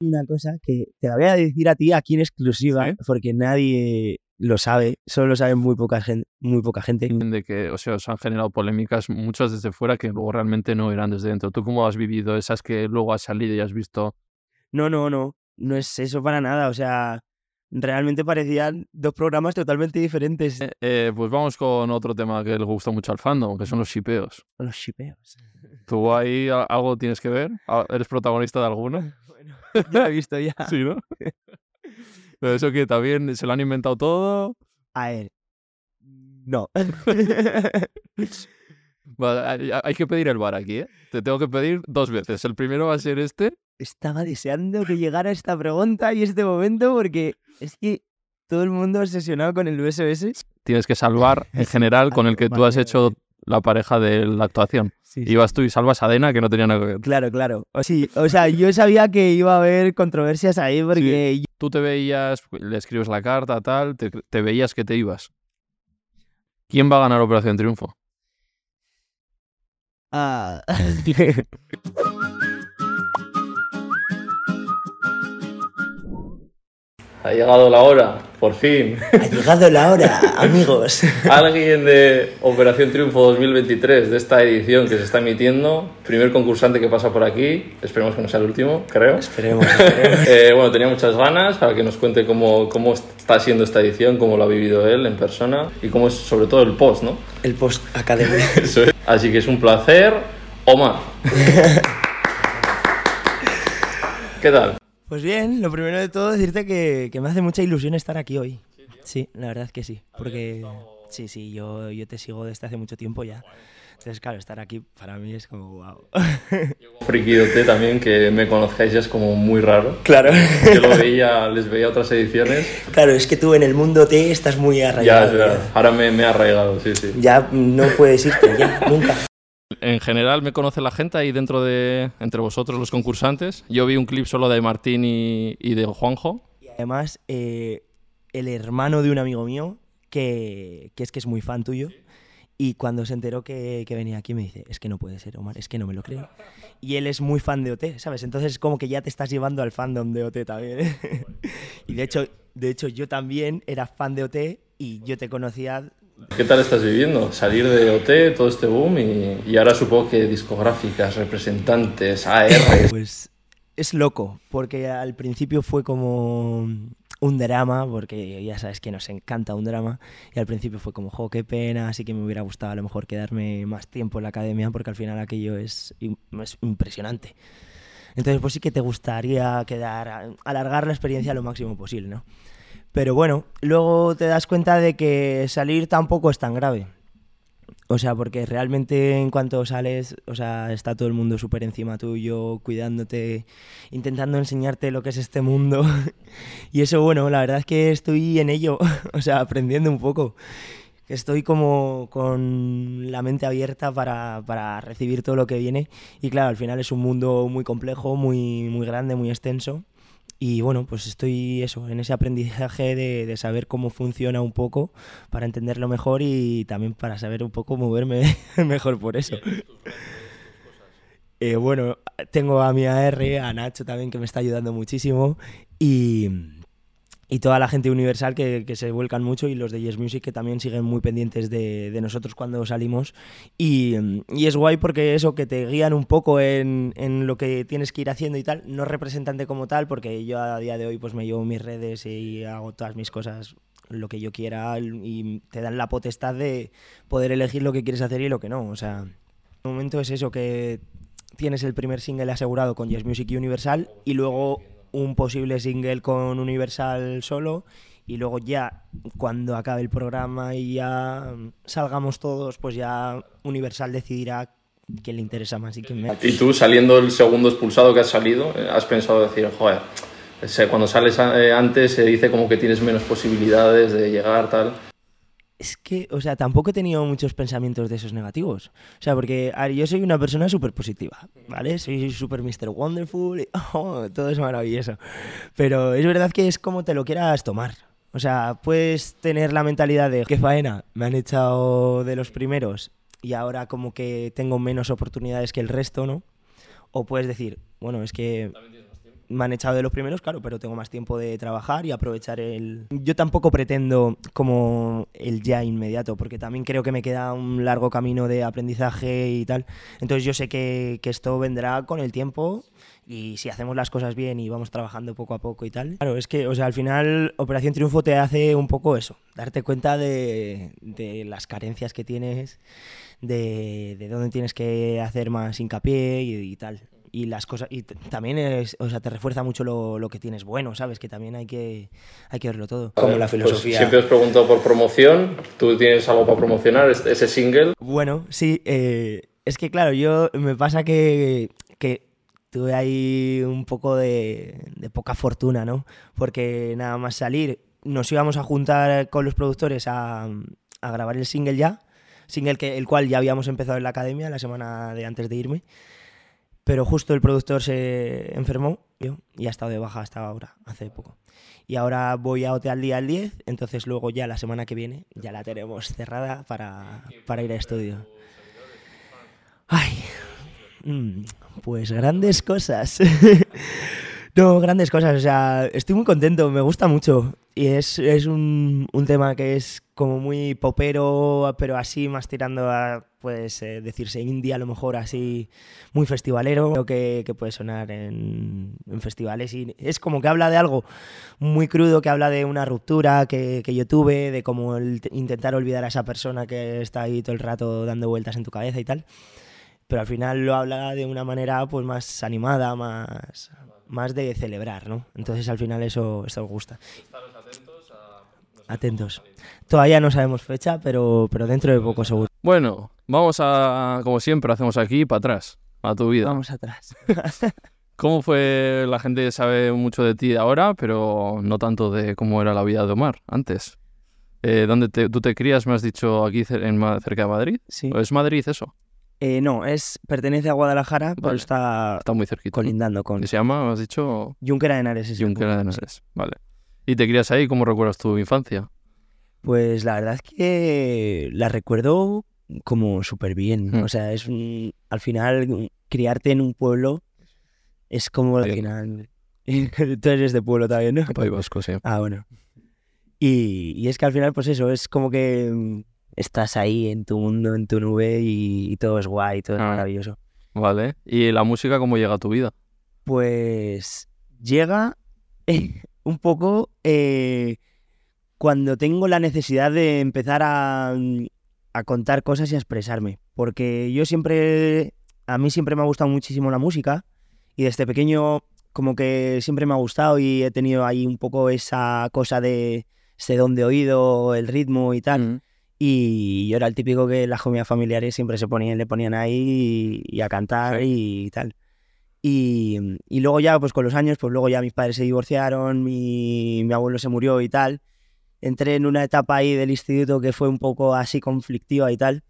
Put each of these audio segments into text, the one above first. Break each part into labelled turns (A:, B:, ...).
A: una cosa que te la voy a decir a ti aquí en exclusiva,
B: ¿Sí?
A: porque nadie lo sabe, solo lo sabe muy poca gente, muy poca gente.
B: de que, o sea, se han generado polémicas, muchas desde fuera que luego realmente no eran desde dentro. ¿Tú cómo has vivido esas que luego has salido y has visto?
A: No, no, no, no es eso para nada, o sea, realmente parecían dos programas totalmente diferentes
B: Eh, eh, pues vamos con otro tema que le gusta mucho al fandom, que son los shipeos.
A: los shipeos.
B: ¿Tú ahí a- algo tienes que ver? ¿A- ¿Eres protagonista de alguno?
A: Yo lo he visto ya.
B: Sí, ¿no? Pero eso que también se lo han inventado todo.
A: A ver, no.
B: Vale, hay- hay que pedir el bar aquí, ¿eh? Te tengo que pedir dos veces. El primero va a ser este.
A: Estaba deseando que llegara esta pregunta y este momento porque es que todo el mundo obsesionado con el USS.
B: Tienes que salvar en general con el que tú has hecho la pareja de la actuación.
A: Sí,
B: Ibas tú y salvas a Dena, que no tenía nada que ver.
A: Claro, claro. O, sí, o sea, yo sabía que iba a haber controversias ahí porque yo-
B: Tú te veías, le escribes la carta, tal, te, te veías que te ibas. ¿Quién va a ganar Operación Triunfo?
A: Ah.
C: Ha llegado la hora, por fin.
D: Ha llegado la hora, amigos.
C: Alguien de Operación Triunfo 2023, de esta edición que se está emitiendo, primer concursante que pasa por aquí, esperemos que no sea el último, creo.
D: Esperemos.
C: Eh, bueno, tenía muchas ganas para que nos cuente cómo, cómo está siendo esta edición, cómo lo ha vivido él en persona y cómo es sobre todo el post, ¿no?
D: El post academia.
C: Eso es. Así que es un placer. Omar. ¿Qué tal?
A: Pues bien, lo primero de todo decirte que, que me hace mucha ilusión estar aquí hoy. Sí, la verdad es que sí. Porque sí, sí, yo, yo te sigo desde hace mucho tiempo ya. Entonces, claro, estar aquí para mí es como wow.
C: Friquidote también, que me conozcáis ya es como muy raro.
D: Claro.
C: Yo lo veía, les veía otras ediciones.
D: Claro, es que tú en el mundo T estás muy
C: Ya, es
D: arraigado.
C: verdad. Ahora me, me he arraigado, sí, sí.
D: Ya no puedes irte, ya, nunca.
B: En general me conoce la gente ahí dentro de, entre vosotros los concursantes. Yo vi un clip solo de Martín y, y de Juanjo.
A: Y además, eh, el hermano de un amigo mío, que, que es que es muy fan tuyo, y cuando se enteró que, que venía aquí me dice, es que no puede ser, Omar, es que no me lo creo. Y él es muy fan de OT, ¿sabes? Entonces como que ya te estás llevando al fandom de OT también. ¿eh? y de hecho, de hecho yo también era fan de OT y yo te conocía...
C: ¿Qué tal estás viviendo? Salir de OT, todo este boom y, y ahora supongo que discográficas, representantes, AR.
A: Pues es loco, porque al principio fue como un drama, porque ya sabes que nos encanta un drama, y al principio fue como, jo, qué pena, así que me hubiera gustado a lo mejor quedarme más tiempo en la academia, porque al final aquello es, im- es impresionante. Entonces, pues sí que te gustaría quedar, alargar la experiencia lo máximo posible, ¿no? Pero bueno, luego te das cuenta de que salir tampoco es tan grave. O sea, porque realmente en cuanto sales, o sea, está todo el mundo súper encima tuyo, cuidándote, intentando enseñarte lo que es este mundo. Y eso, bueno, la verdad es que estoy en ello, o sea, aprendiendo un poco. Estoy como con la mente abierta para, para recibir todo lo que viene. Y claro, al final es un mundo muy complejo, muy, muy grande, muy extenso. Y bueno, pues estoy eso, en ese aprendizaje de, de saber cómo funciona un poco para entenderlo mejor y también para saber un poco moverme mejor por eso. Eh, bueno, tengo a mi AR, a Nacho también que me está ayudando muchísimo y, y toda la gente universal que, que se vuelcan mucho y los de Yes Music que también siguen muy pendientes de, de nosotros cuando salimos y, y es guay porque eso que te guían un poco en, en lo que tienes que ir haciendo y tal, no representante como tal porque yo a día de hoy pues me llevo mis redes y hago todas mis cosas lo que yo quiera y te dan la potestad de poder elegir lo que quieres hacer y lo que no, o sea, de momento es eso que tienes el primer single asegurado con Yes Music y Universal y luego un posible single con Universal solo y luego ya cuando acabe el programa y ya salgamos todos, pues ya Universal decidirá quién le interesa más y quién menos.
C: Y tú saliendo el segundo expulsado que has salido, eh, has pensado decir, joder, se- cuando sales a- eh, antes se dice como que tienes menos posibilidades de llegar, tal.
A: Es que, o sea, tampoco he tenido muchos pensamientos de esos negativos. O sea, porque a ver, yo soy una persona súper positiva, ¿vale? Soy súper Mr. Wonderful, y, oh, todo es maravilloso. Pero es verdad que es como te lo quieras tomar. O sea, puedes tener la mentalidad de, qué faena, me han echado de los primeros y ahora como que tengo menos oportunidades que el resto, ¿no? O puedes decir, bueno, es que me han echado de los primeros, claro, pero tengo más tiempo de trabajar y aprovechar el... Yo tampoco pretendo como el ya inmediato, porque también creo que me queda un largo camino de aprendizaje y tal. Entonces yo sé que, que esto vendrá con el tiempo y si hacemos las cosas bien y vamos trabajando poco a poco y tal. Claro, es que, o sea, al final Operación Triunfo te hace un poco eso, darte cuenta de, de las carencias que tienes, de, de dónde tienes que hacer más hincapié y, y tal. Y las cosas, y t- también es, o sea, te refuerza mucho lo, lo que tienes bueno, ¿sabes? Que también hay que, hay que verlo todo.
D: Como la
C: Pues
D: filosofía.
C: siempre os pregunto por promoción. ¿Tú tienes algo para promocionar? Este- Ese single.
A: Bueno, sí, eh, es que claro, yo me pasa que, que tuve ahí un poco de, de poca fortuna, ¿no? Porque nada más salir, nos íbamos a juntar con los productores a, a grabar el single ya, single que, el cual ya habíamos empezado en la academia la semana de antes de irme, pero justo el productor se enfermó yo, y ha estado de baja hasta ahora, hace poco. Y ahora voy a OT al día al 10, entonces luego ya la semana que viene ya la tenemos cerrada para, para ir a estudio. Ay, mm, pues grandes cosas. No, grandes cosas, o sea, estoy muy contento, me gusta mucho. Y es, es un, un tema que es como muy popero, pero así más tirando a, pues, eh, decirse indie, a lo mejor así, muy festivalero. Creo que, que puede sonar en, en festivales y es como que habla de algo muy crudo, que habla de una ruptura que, que yo tuve, de cómo el t- intentar olvidar a esa persona que está ahí todo el rato dando vueltas en tu cabeza y tal pero al final lo habla de una manera pues más animada, más, más de celebrar, ¿no? Entonces al final eso, eso os gusta. Atentos. Todavía no sabemos fecha, pero, pero dentro de poco seguro.
B: Bueno, vamos a, como siempre hacemos aquí, para atrás, a tu vida.
A: Vamos atrás.
B: ¿Cómo fue? La gente sabe mucho de ti ahora, pero no tanto de cómo era la vida de Omar antes. Eh, ¿Dónde te- tú te crías? Me has dicho aquí cer- en Ma- cerca de Madrid.
A: Sí.
B: ¿O ¿Es Madrid eso?
A: Eh, no, es, pertenece a Guadalajara, pero
B: Vale.
A: está
B: Está muy cerquita. ¿no?
A: colindando con
B: ¿Qué se llama? Me has dicho
A: Junquera de Henares. es el
B: Junquera de
A: pueblo, sí.
B: Henares. Vale. ¿Y te crías ahí? ¿Cómo recuerdas tu infancia?
A: Pues la verdad es que la recuerdo como súper bien.
B: Mm.
A: O sea, es un- al final criarte en un pueblo es como al
B: Ahí.
A: final... Tú eres de pueblo también, ¿no?
B: País Vasco, sí.
A: Ah, bueno. Y, y es que al final, pues eso, es como que mm, estás ahí en tu mundo, en tu nube y, y todo es guay, todo es
B: Ah.
A: maravilloso.
B: Vale. ¿Y la música cómo llega a tu vida?
A: Pues llega un poco eh, cuando tengo la necesidad de empezar a, mm, a contar cosas y a expresarme. Porque yo siempre, a mí siempre me ha gustado muchísimo la música y desde pequeño como que siempre me ha gustado y he tenido ahí un poco esa cosa de sedón de oído, el ritmo y tal. Y yo era el típico que las comidas familiares siempre se ponían, le ponían ahí y, y a cantar y tal. Y, y luego ya, pues con los años, pues luego ya mis padres se divorciaron, mi, mi abuelo se murió y tal. Entré en una etapa ahí del instituto que fue un poco así conflictiva y tal.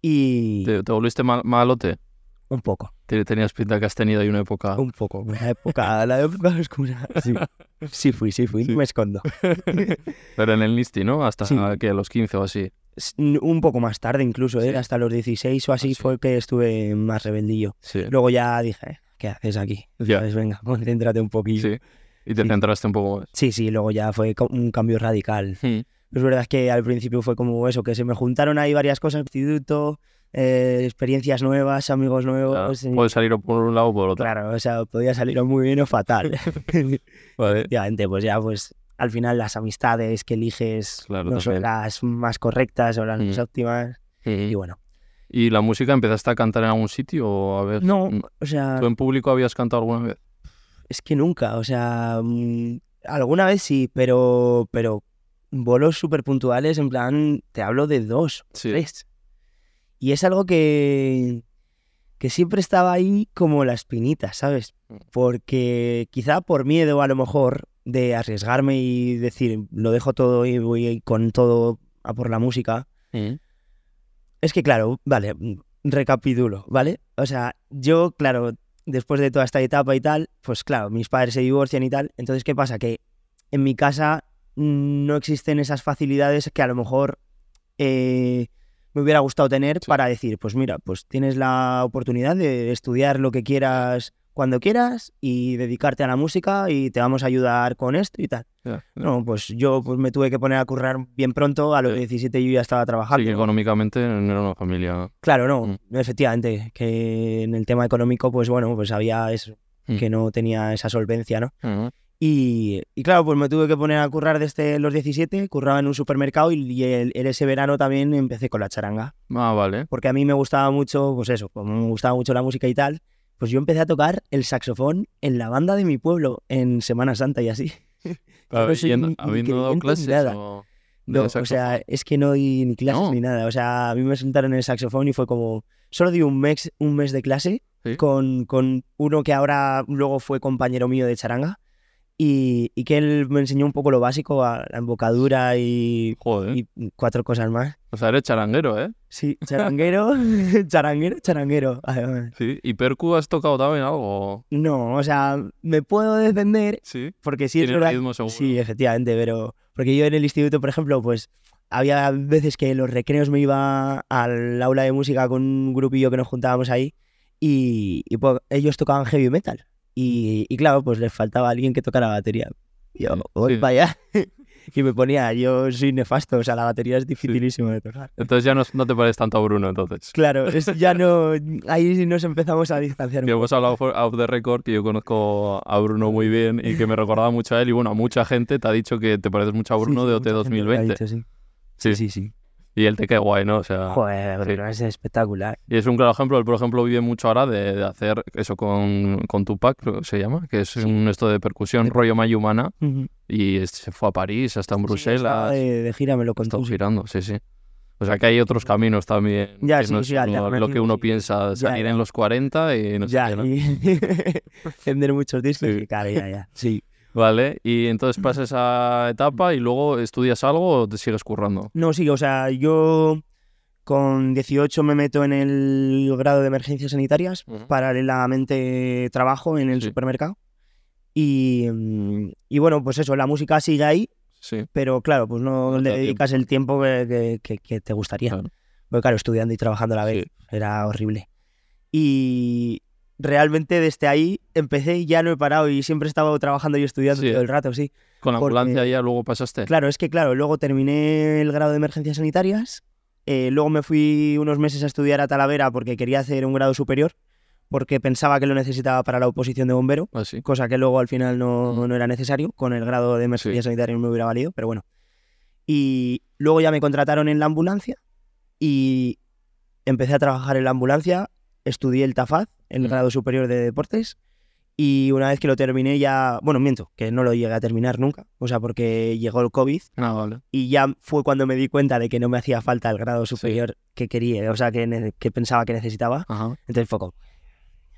A: Y
B: ¿Te, te volviste mal- malote?
A: un poco,
B: Te- Tenías pinta que has tenido ahí una época.
A: un poco. Una época, la época oscura. Sí, sí fui, sí fui, me escondo.
B: Pero en el Nisti, ¿no? Hasta
A: Sí.
B: que a los 15 o así.
A: S- Un poco más tarde incluso, ¿eh?
B: Sí. Ah,
A: hasta los 16 o así
B: sí.
A: fue que estuve más rebeldillo.
B: Sí.
A: Luego ya dije, "Eh, ¿qué haces aquí?
B: Ya.
A: Pues venga, concéntrate un poquillo.
B: Sí. Y te
A: Sí.
B: centraste un poco más.
A: Sí, sí, luego ya fue co- un cambio radical. Es verdad que al principio fue como eso, que se me juntaron ahí varias cosas, instituto, eh, experiencias nuevas, amigos
B: Claro,
A: nuevos. y-
B: Puedes salir o por un lado o por otro.
A: Pues, eh, claro, o sea, podía salir o muy bien o fatal.
B: Vale.
A: Efectivamente, pues ya pues al final las amistades que eliges
B: Claro,
A: no son
B: también.
A: las más correctas o las más
B: Mm.
A: óptimas. Y bueno,
B: ¿Y la música empezaste a cantar en algún sitio o a ver?
A: no,
B: mm,
A: o sea,
B: ¿Tú en público habías cantado alguna vez?
A: es que nunca, o sea, mm, alguna vez sí, pero, pero bolos súper puntuales, en plan, te hablo de dos,
B: Sí.
A: tres. Y es algo que, que siempre estaba ahí como la espinita, ¿sabes? Porque quizá por miedo a lo mejor de arriesgarme y decir, lo dejo todo y voy con todo a por la música. Es que claro, vale, mm, recapitulo, ¿vale? O sea, yo, claro, después de toda esta etapa y tal, pues claro, mis padres se divorcian y tal. Entonces, ¿qué pasa? Que en mi casa mm, no existen esas facilidades que a lo mejor eh, me hubiera gustado tener para decir, pues mira, pues tienes la oportunidad de estudiar lo que quieras cuando quieras y dedicarte a la música y te vamos a ayudar con esto y tal.
B: Ya.
A: No, pues yo pues, me tuve que poner a currar bien pronto, a los
B: Sí.
A: 17 yo ya estaba trabajando.
B: Sí, que económicamente no era una familia.
A: Claro, no,
B: Mm.
A: efectivamente, que en el tema económico, pues bueno, pues había eso,
B: Mm.
A: que no tenía esa solvencia, ¿no?
B: Ujú.
A: Y, y claro, pues me tuve que poner a currar desde los 17, curraba en un supermercado y, y el- el- ese verano también empecé con la charanga,
B: Ah, vale.
A: porque a mí me gustaba mucho, pues eso, como me gustaba mucho la música y tal, pues yo empecé a tocar el saxofón en la banda de mi pueblo, en Semana Santa y así.
B: Claro,
A: no soy
B: yendo-
A: Pues, eh, ni- ni
B: ¿Habiendo dado
A: creyente ni
B: clases
A: nada.
B: o...? de
A: No, o
B: saxofón?
A: sea, es que no di ni clases
B: No.
A: ni nada. O sea, a mí me sentaron en el saxofón y fue como. Solo di un mes, un mes de clase
B: Sí.
A: con, con uno que ahora luego fue compañero mío de charanga y, y que él me enseñó un poco lo básico, a- la embocadura y,
B: Joder.
A: y cuatro cosas más.
B: O sea, eres charanguero, ¿eh?
A: Sí, charanguero, charanguero, charanguero. además.
B: Sí. ¿Y percu has tocado también algo?
A: No, o sea, me puedo defender
B: Sí.
A: porque sí es
B: Tiene
A: verdad.
B: ritmo seguro.
A: Sí, efectivamente, pero porque yo en el instituto, por ejemplo, pues había veces que en los recreos me iba al aula de música con un grupillo que nos juntábamos ahí y, y, pues, ellos tocaban heavy metal. Y, y claro, pues les faltaba alguien que tocara batería. Y Yo,
B: Sí,
A: voy
B: sí.
A: para allá. y me ponía, yo soy nefasto, o sea, la batería es dificilísimo de tocar.
B: Entonces ya no, no te pareces tanto a Bruno, entonces.
A: Claro, es- ya no, ahí nos empezamos a distanciar. un
B: Que hemos hablado for- off the record, que yo conozco a Bruno muy bien y que me recordaba mucho a él. Y bueno, a mucha gente te ha dicho que te pareces mucho a
A: poco.
B: Bruno
A: Sí,
B: de
A: sí,
B: OT
A: mucha gente me lo ha
B: 2020.
A: dicho, sí.
B: Sí. Ah.
A: sí, sí.
B: Y él te queda guay, ¿no? O sea,
A: Joder, Bruno, es espectacular.
B: y es un claro ejemplo. Él, por ejemplo, vive mucho ahora de, de hacer eso con, con Tupac, creo que se llama, que es un esto de percusión, rollo Maya humana. Y es- se fue a París, hasta en
A: Sí, estaba
B: Bruselas.
A: de, de gira me lo
B: Está
A: contó.
B: girando, sí, sí. O sea que hay otros caminos también.
A: Ya,
B: que
A: sí,
B: no es
A: sí, al
B: uno- lo que
A: terrorismo,
B: uno
A: sí.
B: piensa,
A: Ya,
B: salir
A: ya.
B: en los 40 y no sé
A: ya,
B: qué, ¿no?
A: y vender muchos discos.
B: Sí.
A: y claro, ya, ya. Sí.
B: Vale, y entonces pasas esa etapa y luego estudias algo o te sigues currando.
A: No, sí, o sea, yo con 18 me meto en el grado de emergencias sanitarias.
B: Ujú.
A: Paralelamente trabajo en el
B: Sí.
A: supermercado. Y, mm, y bueno, pues eso, la música sigue ahí,
B: Sí.
A: pero claro, pues no
B: No te
A: le
B: da
A: dedicas el tiempo que, que- que- que te gustaría.
B: Claro.
A: Porque claro, estudiando y trabajando a la vez
B: Sí.
A: era horrible. Y realmente desde ahí empecé y ya no he parado y siempre he estado trabajando y estudiando
B: Sí,
A: todo
B: ¿eh?
A: el rato, sí.
B: Con la
A: Porque-
B: ambulancia ya luego pasaste.
A: Claro, es que claro, luego terminé el grado de emergencias sanitarias, eh, luego me fui unos meses a estudiar a Talavera porque quería hacer un grado superior, porque pensaba que lo necesitaba para la oposición de bombero
B: Así.
A: cosa que luego al final no, no era necesario, con el grado de emergencia
B: Mm. Sí.
A: sanitaria no me hubiera valido, pero bueno. Y luego ya me contrataron en la ambulancia y empecé a trabajar en la ambulancia, estudié el TAFAD, el
B: Mm.
A: grado superior de deportes, y una vez que lo terminé ya, bueno, miento, que no lo llegué a terminar nunca, o sea, porque llegó el COVID
B: Ah, vale.
A: y ya fue cuando me di cuenta de que no me hacía falta el grado superior que quería, o sea, que, ne- que pensaba que necesitaba,
B: Ajá.
A: entonces fue como,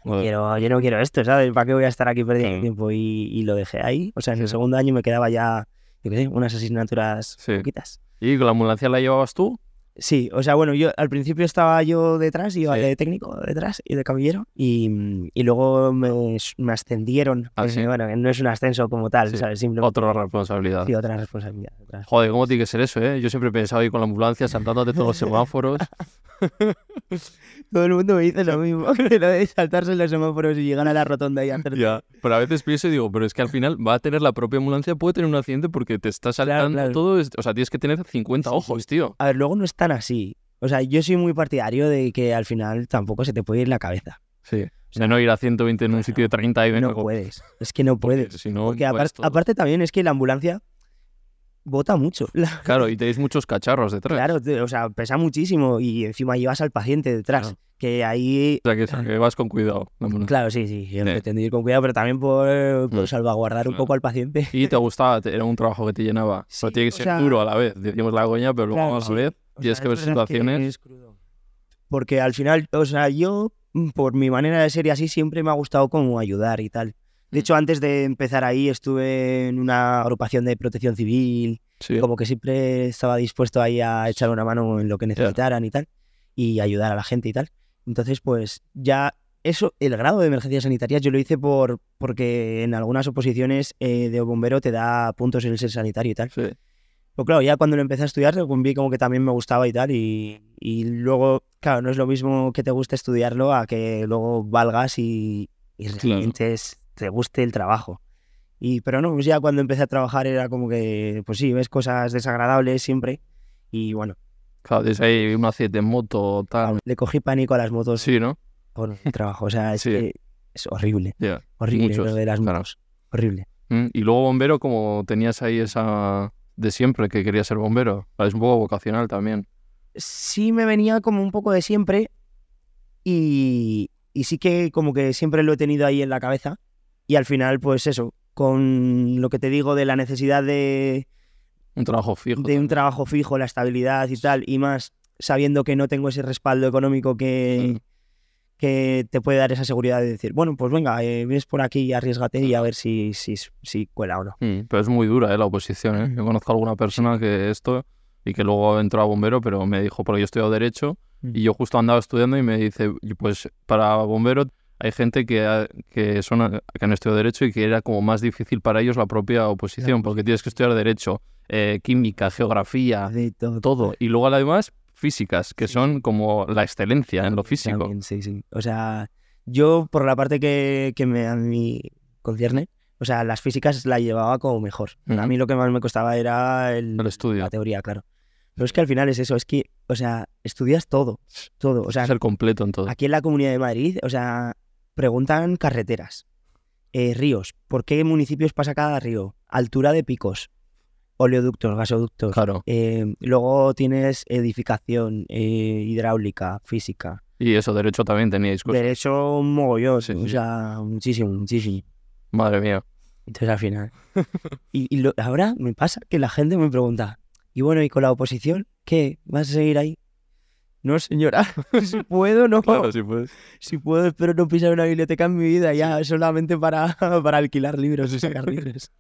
B: Joder. Mm.
A: quiero, yo no quiero esto, ¿sabes? ¿Para qué voy a estar aquí perdiendo
B: Claro.
A: tiempo? Y, y lo dejé ahí. O sea, en el segundo año me quedaba ya, yo qué sé, unas asignaturas
B: Sí.
A: poquitas.
B: ¿Y con la ambulancia la llevabas tú?
A: Sí, o sea, bueno, yo al principio estaba yo detrás, iba
B: Sí.
A: de técnico detrás y de caballero, y, y luego me, me ascendieron.
B: Ah,
A: Eh,
B: sí.
A: Bueno, no es un ascenso como tal,
B: Sí.
A: ¿sabes? Simplemente
B: Otra responsabilidad.
A: sí, otra responsabilidad. otra-
B: Joder, ¿cómo tiene que ser eso, eh? Yo siempre he pensado ir con la ambulancia saltándote todos los semáforos.
A: Todo el mundo me dice lo mismo, que lo de saltarse los semáforos y llegar a la rotonda y hacer...
B: ya. Pero a veces pienso y digo, pero es que al final va a tener la propia ambulancia, puede tener un accidente porque te está saltando
A: claro.
B: todo. esto. O sea, tienes que tener 50
A: Sí, sí.
B: ojos, tío.
A: A ver, luego no es tan así. O sea, yo soy muy partidario de que al final tampoco se te puede ir la cabeza.
B: Sí. de no ir a 120 en un
A: claro,
B: sitio de 30 y venga,
A: No
B: como-
A: puedes. Es que no
B: porque
A: puedes.
B: Si no,
A: Porque apar-
B: vas todo.
A: aparte también es que la ambulancia bota mucho. La-
B: Claro, y tenéis muchos cacharros detrás.
A: claro, te- o sea, pesa muchísimo y encima llevas al paciente detrás.
B: Claro.
A: Que ahí.
B: O sea, que, que vas con cuidado. la verdad.
A: Claro, sí, sí. Yo
B: Sí.
A: pretendo ir con cuidado, pero también por, por
B: Mm.
A: salvaguardar un
B: Claro.
A: poco al paciente.
B: Y te gustaba, te- era un trabajo que te llenaba.
A: Sí,
B: pero tiene que
A: o
B: ser
A: sea-
B: duro a la vez. Decimos la goña, pero luego
A: Claro,
B: a la
A: sí.
B: vez
A: O
B: tienes
A: sea,
B: que ver
A: es verdad
B: situaciones.
A: es crudo. Porque al final, o sea, yo, mm, por mi manera de ser y así, siempre me ha gustado como ayudar y tal.
B: Mm.
A: De hecho, antes de empezar ahí, estuve en una agrupación de protección civil
B: Sí.
A: como que siempre estaba dispuesto ahí a echar una mano en lo que necesitaran y tal, y ayudar a la gente y tal. Entonces, pues ya eso, el grado de emergencia sanitaria yo lo hice por porque en algunas oposiciones eh, de bombero te da puntos el ser sanitario y tal.
B: sí.
A: Pero Pues claro, ya cuando lo empecé a estudiar, lo vi como que también me gustaba y tal, y, y luego, claro, no es lo mismo que te guste estudiarlo a que luego valgas y, y
B: Claro.
A: realmente es, te guste el trabajo. Y, pero no, pues ya cuando empecé a trabajar era como que, pues sí, ves cosas desagradables siempre y bueno,
B: Claro, desde ahí un aceite en moto, tal.
A: le cogí pánico a las motos
B: Sí, ¿no?
A: con el trabajo, o sea, es,
B: Sí.
A: que es horrible,
B: Ya.
A: horrible
B: Muchos,
A: lo de las
B: claro.
A: motos, horrible.
B: Mm, Y luego bombero, como tenías ahí esa de siempre que querías ser bombero. Es un poco vocacional también.
A: sí me venía como un poco de siempre y, y sí que como que siempre lo he tenido ahí en la cabeza y al final pues eso, con lo que te digo de la necesidad de,
B: Un trabajo fijo.
A: de un
B: también.
A: trabajo fijo, la estabilidad y tal, y más sabiendo que no tengo ese respaldo económico que,
B: Claro.
A: que te puede dar esa seguridad de decir, bueno, pues venga, eh, vienes por aquí y arriesgate y a ver si, si, si cuela o no.
B: Mm, Pero es muy dura eh, la oposición.
A: Mm.
B: ¿eh? Yo conozco a alguna persona que esto y que luego entró a bombero, pero me dijo, porque yo he estudiado Derecho
A: Mm.
B: y yo justo andaba estudiando y me dice, "Y pues para bombero hay gente que, ha- que, son, a- que han estudiado Derecho y que era como más difícil para ellos la propia oposición, porque tienes que estudiar Derecho, eh, Química, Geografía,
A: De todo.
B: todo. Y luego además físicas, que son como la excelencia en lo físico.
A: También, sí, sí. O sea, yo por la parte que, que me, a mí concierne, o sea, las físicas la llevaba como mejor.
B: Ujú.
A: A mí lo que más me costaba era el-
B: El estudio.
A: la teoría, claro. Pero es que al final es eso, es que, o sea, estudias todo, todo. O sea,
B: ser completo en todo.
A: aquí en la Comunidad de Madrid, o sea, preguntan carreteras, eh, ríos, ¿por qué municipios pasa cada río? Altura de picos, oleoductos, gasoductos.
B: Claro.
A: Eh, luego tienes edificación, eh, hidráulica, física.
B: Y eso, derecho también teníais. cosas.
A: Derecho un mogollón,
B: Sí,
A: o
B: sí.
A: sea, muchísimo, muchísimo.
B: Madre mía.
A: Entonces al final. y y lo- ahora me pasa que la gente me pregunta, y bueno, ¿y con la oposición? ¿Qué? ¿Vas a seguir ahí? No, señora, si puedo, no.
B: sí, pues.
A: Si puedo, espero no pisar una biblioteca en mi vida ya, solamente para, para alquilar libros y sacar libros.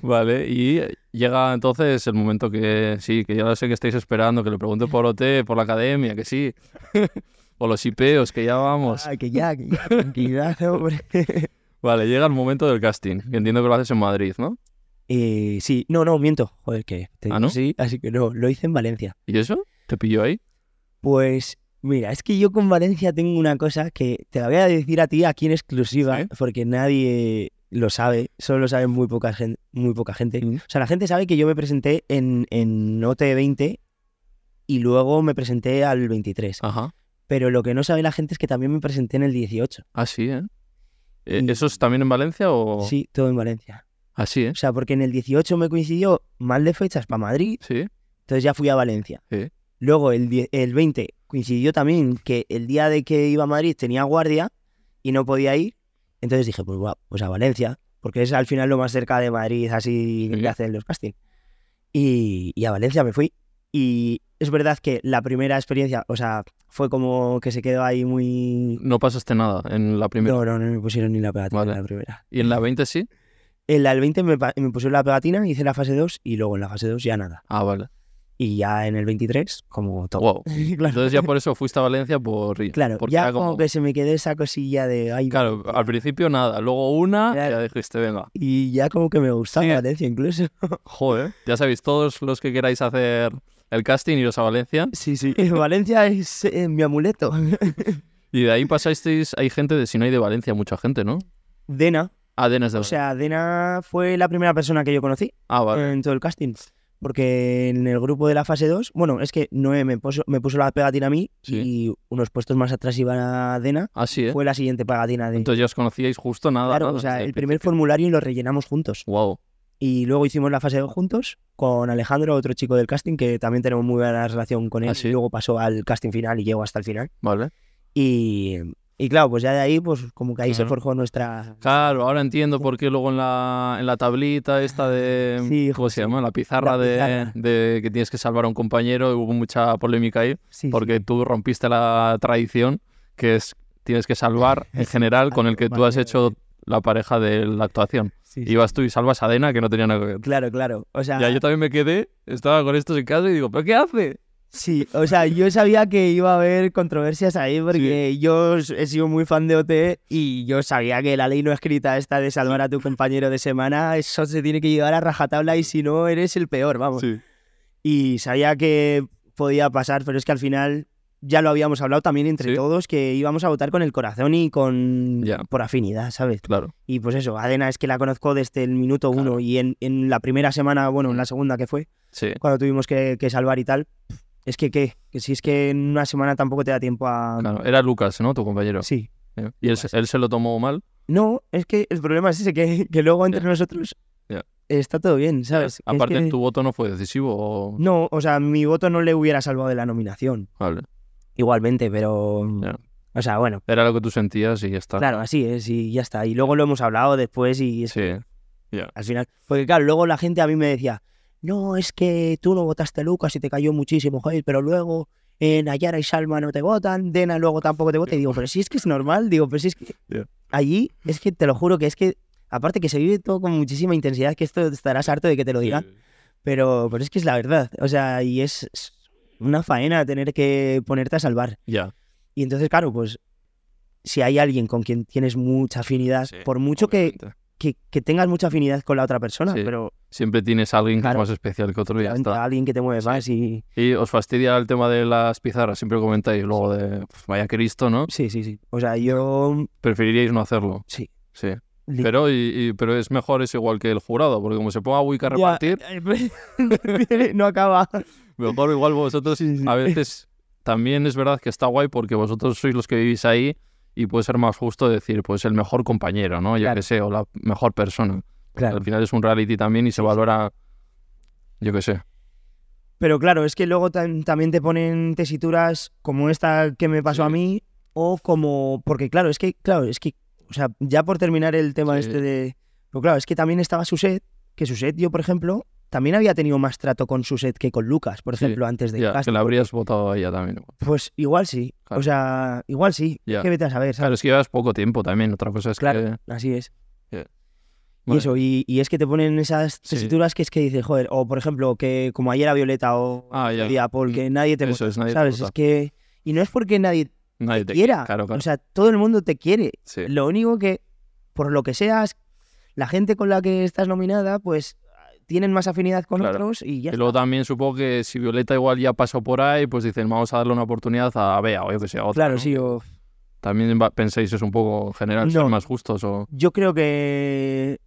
B: Vale, y llega entonces el momento que sí, que ya lo sé que estáis esperando, que lo pregunte por OT, por la academia, que sí. o los IPEOs, que ya vamos.
A: Ah, que ya, que ya, tranquilidad, hombre.
B: Vale, llega el momento del casting, que entiendo que lo haces en Madrid, ¿no?
A: Eh, sí, no, no, miento. Joder, que te
B: ¿Ah,
A: digo
B: no?
A: sí, así que no, lo hice en Valencia.
B: ¿Y eso? ¿Te pilló ahí?
A: Pues mira, es que yo con Valencia tengo una cosa que te la voy a decir a ti aquí en exclusiva,
B: ¿Sí?
A: porque nadie lo sabe, solo lo sabe muy poca gente. Muy poca gente.
B: Mm.
A: O sea, la gente sabe que yo me presenté en, en OT20 y luego me presenté al 23.
B: Ajá.
A: Pero lo que no sabe la gente es que también me presenté en el 18.
B: Ah, sí, ¿eh? Eh,
A: Y-
B: ¿Eso es también en Valencia o...?
A: Mm. Sí, todo en Valencia.
B: Así, ¿eh?
A: O sea, porque en el 18 me coincidió mal de fechas para Madrid,
B: Sí.
A: Entonces ya fui a Valencia.
B: Sí.
A: Luego el, die- el 20 coincidió también que el día de que iba a Madrid tenía guardia y no podía ir. Entonces dije, pues, guau, pues a Valencia, porque es al final lo más cerca de Madrid, así
B: Sí.
A: que hacen los castings. Y, y a Valencia me fui. Y es verdad que la primera experiencia, o sea, fue como que se quedó ahí muy...
B: No pasaste nada en la primera.
A: No, no, no me pusieron ni la pegatina en
B: Vale.
A: la primera.
B: ¿Y en la 20 sí?
A: En la del 20 me, pa- me pusieron la pegatina, hice la fase 2 y luego en la fase 2 ya nada.
B: Ah, vale.
A: Y ya en el 23, como todo.
B: Wow.
A: Claro.
B: Entonces ya por eso fuiste a Valencia por...
A: Claro,
B: porque
A: ya
B: era
A: como...
B: como-
A: que se me quedó esa cosilla de... Ay,
B: Claro, al principio nada, luego una y
A: Claro.
B: ya dijiste, venga,
A: Y ya como que me gustaba Valencia incluso.
B: joder. Ya sabéis, todos los que queráis hacer el casting, iros a Valencia.
A: Sí, sí. Valencia es eh, mi amuleto.
B: Y de ahí pasasteis, hay gente de si no hay de Valencia, mucha gente, ¿no?
A: Dena,
B: Ah, Denes
A: o
B: de Valencia.
A: sea, eh, Dena fue la primera persona que yo conocí
B: Ah, vale.
A: en todo el casting. Porque en el grupo de la fase 2, bueno, es que Noé me puso, me puso la pegatina a mí
B: Sí.
A: y unos puestos más atrás iba Dena.
B: Ah, sí, ¿eh?
A: Fue la siguiente pegatina de...
B: Entonces ya os conocíais justo nada.
A: claro,
B: nada,
A: o sea,
B: desde
A: el primer formulario lo rellenamos juntos.
B: Wow.
A: Y luego hicimos la fase 2 juntos con Alejandro, otro chico del casting, que también tenemos muy buena relación con él.
B: ¿Ah, sí?
A: Y luego pasó al casting final y llegó hasta el final.
B: Vale.
A: Y, y claro, pues ya de ahí, pues como que ahí se
B: Claro.
A: forjó nuestra...
B: Claro, ahora entiendo por qué luego en la, en la tablita esta de...
A: Sí,
B: ¿Cómo se llama? La pizarra,
A: La
B: de-
A: pizarra.
B: De, que tienes que salvar a un compañero. y Hubo mucha polémica ahí
A: Sí, sí.
B: porque tú rompiste la tradición que es tienes que salvar en general con el que tú has hecho la pareja de la actuación.
A: Sí, sí.
B: Ibas tú y salvas a Dena que no tenía nada que ver.
A: Claro, claro. O sea,
B: Ya yo también me quedé, estaba con estos en casa y digo, ¿pero qué hace?
A: sí, o sea, yo sabía que iba a haber controversias ahí porque yo he sido muy fan de OT y yo sabía que la ley no escrita esta de salvar a tu compañero de semana, eso se tiene que llevar a rajatabla y si no, eres el peor, vamos.
B: Sí.
A: y sabía que podía pasar, pero es que al final ya lo habíamos hablado también entre
B: Sí.
A: todos, que íbamos a votar con el corazón y con
B: Ya.
A: por afinidad, ¿sabes?
B: Claro.
A: Y pues eso, Adena es que la conozco desde el minuto uno y en, en la primera semana, bueno,
B: Mm.
A: en la segunda que fue,
B: Sí.
A: cuando tuvimos que, que salvar y tal, es que qué, que si es que en una semana tampoco te da tiempo a...
B: Claro. Era Lucas, ¿no? Tu compañero.
A: Ah, Sí.
B: Eh, Y él, se- él se lo tomó mal.
A: No, es que el problema es ese, que, que luego entre nosotros
B: Ya.
A: está todo bien, ¿sabes? Que es
B: Aparte,
A: que-
B: tu voto no fue decisivo. o-
A: No, o sea, mi voto no le hubiera salvado de la nominación.
B: Vale.
A: Igualmente, pero...
B: Ya.
A: O sea, bueno,
B: Era lo que tú sentías y ya está.
A: claro, así es y ya está. Y luego lo hemos hablado después y es
B: Sí.
A: al final. Porque claro, luego la gente a mí me decía, no, es que tú no votaste a Lucas y te cayó muchísimo, joder, pero luego eh, Nayara y Salma no te votan, Dena luego tampoco te vota. Y digo, pero si es que es normal, digo, pero si es que
B: Ya.
A: allí, es que te lo juro que es que, aparte que se vive todo con muchísima intensidad, que esto estarás harto de que te lo digan, pero, pero es que es la verdad. O sea, y es es una faena tener que ponerte a salvar.
B: Ya.
A: Y entonces, claro, pues... Si hay alguien con quien tienes mucha afinidad,
B: Sí,
A: por mucho que,
B: obviamente.
A: que, que tengas mucha afinidad con la otra persona,
B: Sí.
A: pero
B: Siempre tienes a alguien que es
A: Claro.
B: más especial que otro y ya
A: obviamente,
B: está.
A: alguien que te mueve más y...
B: Y os fastidia el tema de las pizarras. Siempre comentáis luego de, "Pf, vaya Cristo, ¿no?
A: Sí, sí, sí. O sea, yo...
B: Preferiríais no hacerlo.
A: Sí.
B: Sí.
A: Li-
B: Pero, y, y- pero es mejor, es igual que el jurado, porque como se ponga Wicca a
A: Ya,
B: repartir,
A: no acaba.
B: mejor igual vosotros
A: Sí, sí.
B: a veces también es verdad que está guay porque vosotros sois los que vivís ahí y puede ser más justo decir, pues el mejor compañero, ¿no? Yo
A: Claro.
B: que sé, o la mejor persona.
A: Claro.
B: Al final es un reality también y se valora, yo que sé.
A: Pero claro, es que luego tam- también te ponen tesituras como esta que me pasó
B: Sí.
A: a mí o como... Porque claro, es que, claro, es que... O sea, ya por terminar el tema
B: Sí.
A: este de... Pero claro, es que también estaba Suset, que Suset yo, por ejemplo, también había tenido más trato con Suset que con Lucas, por
B: Sí.
A: ejemplo, antes de
B: Ya, que la habrías votado a ella también.
A: Pues igual sí.
B: Claro.
A: O sea, igual sí.
B: Ya.
A: Que vete a saber, ¿sabes?
B: Claro, es que llevas poco tiempo también. Otra cosa es
A: Claro.
B: que...
A: Así es.
B: Vale.
A: Y eso, y, y es que te ponen esas
B: Sí.
A: tesituras que es que dices, joder, o por ejemplo, que como ayer a Violeta o
B: Ah, ya.
A: día Paul, que nadie te
B: Eso es, nadie te
A: ¿sabes?
B: vota.
A: Es que... Y no es porque nadie
B: Nadie te
A: quiera,
B: Claro, claro.
A: o sea, todo el mundo te quiere.
B: Sí.
A: Lo único que, por lo que seas, la gente con la que estás nominada, pues tienen más afinidad con
B: Claro.
A: otros y ya
B: Y
A: está.
B: luego también supongo que si Violeta igual ya pasó por ahí, pues dicen, vamos a darle una oportunidad a Bea o yo que sé, a otra,
A: Claro,
B: ¿no?
A: sí, o-
B: También va- pensáis eso un poco en general, ser
A: No.
B: más justos o...
A: yo creo que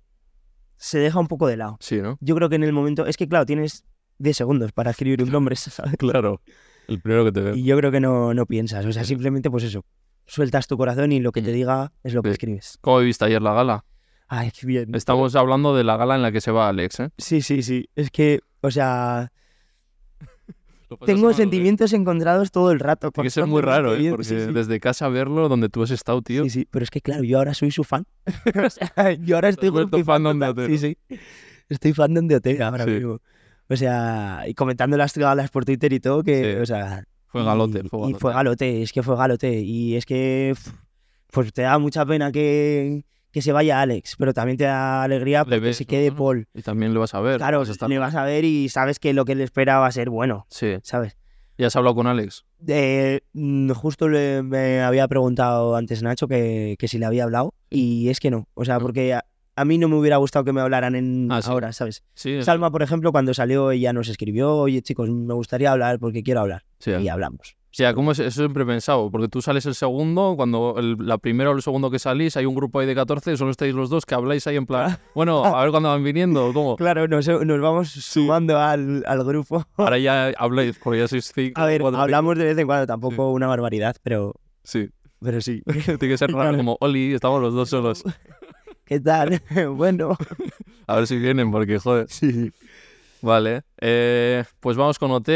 A: se deja un poco de lado.
B: Sí, ¿no?
A: Yo creo que en el momento, es que claro, tienes 10 segundos para escribir un nombre, ¿sabes?
B: Claro, el primero que te veo.
A: Y yo creo que no, no piensas, o sea, simplemente pues eso, sueltas tu corazón y lo que te diga es lo que
B: Mm. Sí.
A: escribes.
B: ¿Cómo viste ayer la gala?
A: Ay, qué bien.
B: Estamos hablando de la gala en la que se va Alex, ¿eh?
A: Sí, sí, sí. Es que, o sea,
B: Pues
A: tengo sentimientos encontrados todo el rato.
B: Tiene que ser
A: cuando
B: muy
A: lo
B: raro,
A: estoy
B: ¿eh?
A: viendo.
B: Porque
A: Sí, sí,
B: desde casa verlo, donde tú has estado, tío,
A: sí, sí, pero es que claro, yo ahora soy su fan. O sea, yo ahora estoy
B: vuelto
A: estoy
B: fandom de
A: total.
B: OT, ¿no?
A: Sí, sí. Estoy fandom de OT ahora
B: Sí.
A: mismo. O sea, y comentando las galas por Twitter y todo, que,
B: Sí.
A: o sea,
B: fue
A: Y-
B: galote. Fue
A: Y
B: galote.
A: fue galote, es que fue galote. Y es que pf, pues te da mucha pena que, que se vaya Alex, pero también te da alegría
B: Le
A: que
B: ves,
A: se quede
B: ¿no? pues
A: Paul.
B: Y también lo vas a ver.
A: Claro,
B: vas a estar-
A: le vas a ver y sabes que lo que le espera va a ser bueno,
B: Sí.
A: ¿sabes?
B: ¿Ya has hablado con Alex?
A: Eh, mm, justo le, me había preguntado antes Nacho que, que si le había hablado y es que no, o sea, porque a, a mí no me hubiera gustado que me hablaran en
B: Ah, sí.
A: ahora, ¿sabes?
B: Sí.
A: Salma, por ejemplo, cuando salió ella nos escribió, oye chicos, me gustaría hablar porque quiero hablar
B: Sí,
A: y hablamos.
B: O sea, ¿cómo es? Eso siempre he pensado, porque tú sales el segundo, cuando el- la primera o el segundo que salís, hay un grupo ahí de 14, solo estáis los dos que habláis ahí en plan, bueno, a ver cuándo van viniendo, ¿cómo?
A: Ah. Claro, nos, nos vamos sumando al, al grupo.
B: Ahora ya habláis, porque ya sois cinco.
A: A ver,
B: cuatro,
A: hablamos de vez en cuando, tampoco una barbaridad, pero,
B: cinco. Sí,
A: pero sí.
B: tiene que ser raro,
A: Claro.
B: como, Oli, estamos los dos solos.
A: ¿Qué tal? bueno.
B: A ver si vienen, porque joder.
A: Sí, sí.
B: Vale, eh, pues vamos con OT,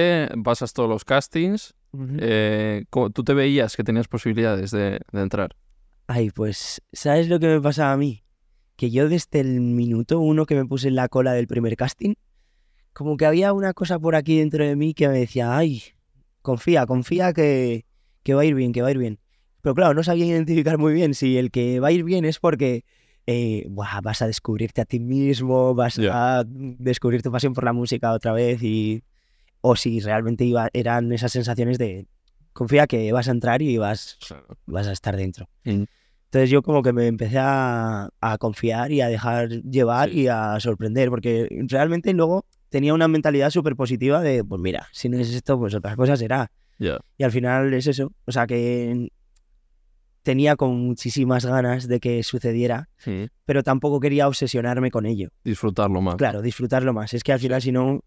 B: pasas todos los castings. Eh, ¿cómo- ¿Tú te veías que tenías posibilidades de, de entrar?
A: Ay, pues, ¿sabes lo que me pasaba a mí? Que yo desde el minuto uno que me puse en la cola del primer casting, como que había una cosa por aquí dentro de mí que me decía, ay, confía, confía que, que va a ir bien, que va a ir bien. Pero claro, no sabía identificar muy bien si el que va a ir bien es porque eh, buah, vas a descubrirte a ti mismo, vas
B: Ya.
A: a descubrir tu pasión por la música otra vez y... O si realmente iba, eran esas sensaciones de confía que vas a entrar y vas,
B: Claro.
A: vas a estar dentro.
B: Mm.
A: Entonces yo como que me empecé a, a confiar y a dejar llevar y a sorprender, porque realmente luego tenía una mentalidad súper positiva de, pues mira, si no es esto, pues otra cosa será.
B: Ya.
A: Y al final es eso. O sea, que tenía con muchísimas ganas de que sucediera,
B: Sí.
A: pero tampoco quería obsesionarme con ello.
B: Disfrutarlo más.
A: Claro, disfrutarlo más. Es que al final, si no,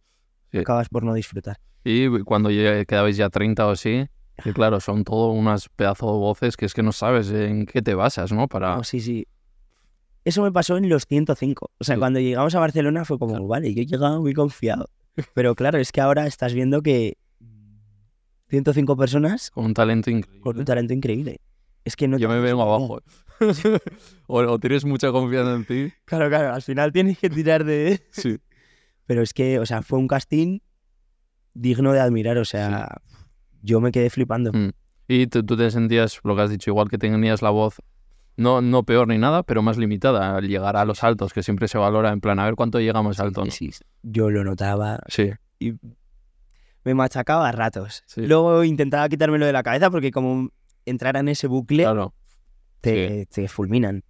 B: Sí.
A: acabas por no disfrutar.
B: Y cuando ya quedabais ya 30 o así, que claro, son todo unas pedazos de voces que es que no sabes en qué te basas, ¿no? Para...
A: No, Pues sí, sí. Eso me pasó en los 105. O sea,
B: Sí.
A: cuando llegamos a Barcelona fue como,
B: Claro.
A: vale, yo he llegado muy confiado. Pero claro, es que ahora estás viendo que 105 personas
B: Con un talento increíble.
A: con un talento increíble. Es que no
B: Yo
A: te
B: me
A: puedes
B: vengo
A: creer.
B: abajo. ¿eh? o, o tienes mucha confianza en ti.
A: Claro, claro, al final tienes que tirar de...
B: Sí.
A: Pero es que, o sea, fue un casting digno de admirar. O sea, yo me quedé flipando.
B: Mm. Y tú, tú te sentías, lo que has dicho, igual que tenías la voz no, no peor ni nada, pero más limitada al llegar a los altos, que siempre se valora en plan a ver cuánto llega más alto. ¿no?
A: Sí, sí. Yo lo notaba,
B: Sí.
A: me machacaba a ratos.
B: Sí.
A: Luego intentaba quitármelo de la cabeza porque como entrar en ese bucle
B: claro.
A: te, te fulminan.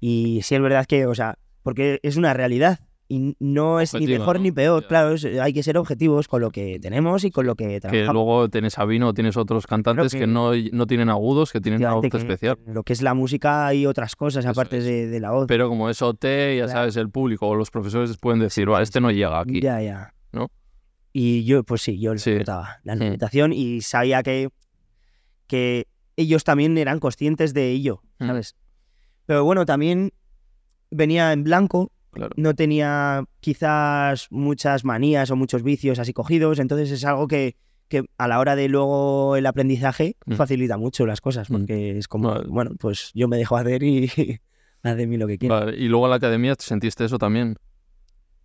A: Y sí es verdad que, o sea, porque es una realidad y no es ni
B: Objetivo,
A: mejor
B: ¿no?
A: ni peor,
B: Ya.
A: claro, es- hay que ser objetivos con lo que tenemos y con lo que
B: Que
A: trabajamos.
B: luego tienes a Vino, tienes otros cantantes que,
A: que-
B: no, no tienen agudos, que tienen una voz
A: Efectivamente, que
B: especial.
A: Lo que es la música y otras cosas
B: Eso
A: aparte
B: es.
A: de, de la voz.
B: Pero como es OT, ya
A: Claro.
B: sabes, el público o los profesores pueden decir, "Buah, este no llega aquí.
A: Ya, ya.
B: ¿no?
A: Y yo, pues sí, yo lo
B: Sí.
A: notaba, la
B: Mm.
A: limitación, y sabía que, que ellos también eran conscientes de ello,
B: Mm.
A: ¿sabes? Pero bueno, también venía en blanco,
B: Claro.
A: no tenía quizás muchas manías o muchos vicios así cogidos, entonces es algo que, que a la hora de luego el aprendizaje
B: Mm.
A: facilita mucho las cosas,
B: Mm.
A: porque es como,
B: Vale.
A: bueno, pues yo me dejo hacer y haz de mí lo que quieras.
B: Vale, Y luego en la academia sentiste eso también.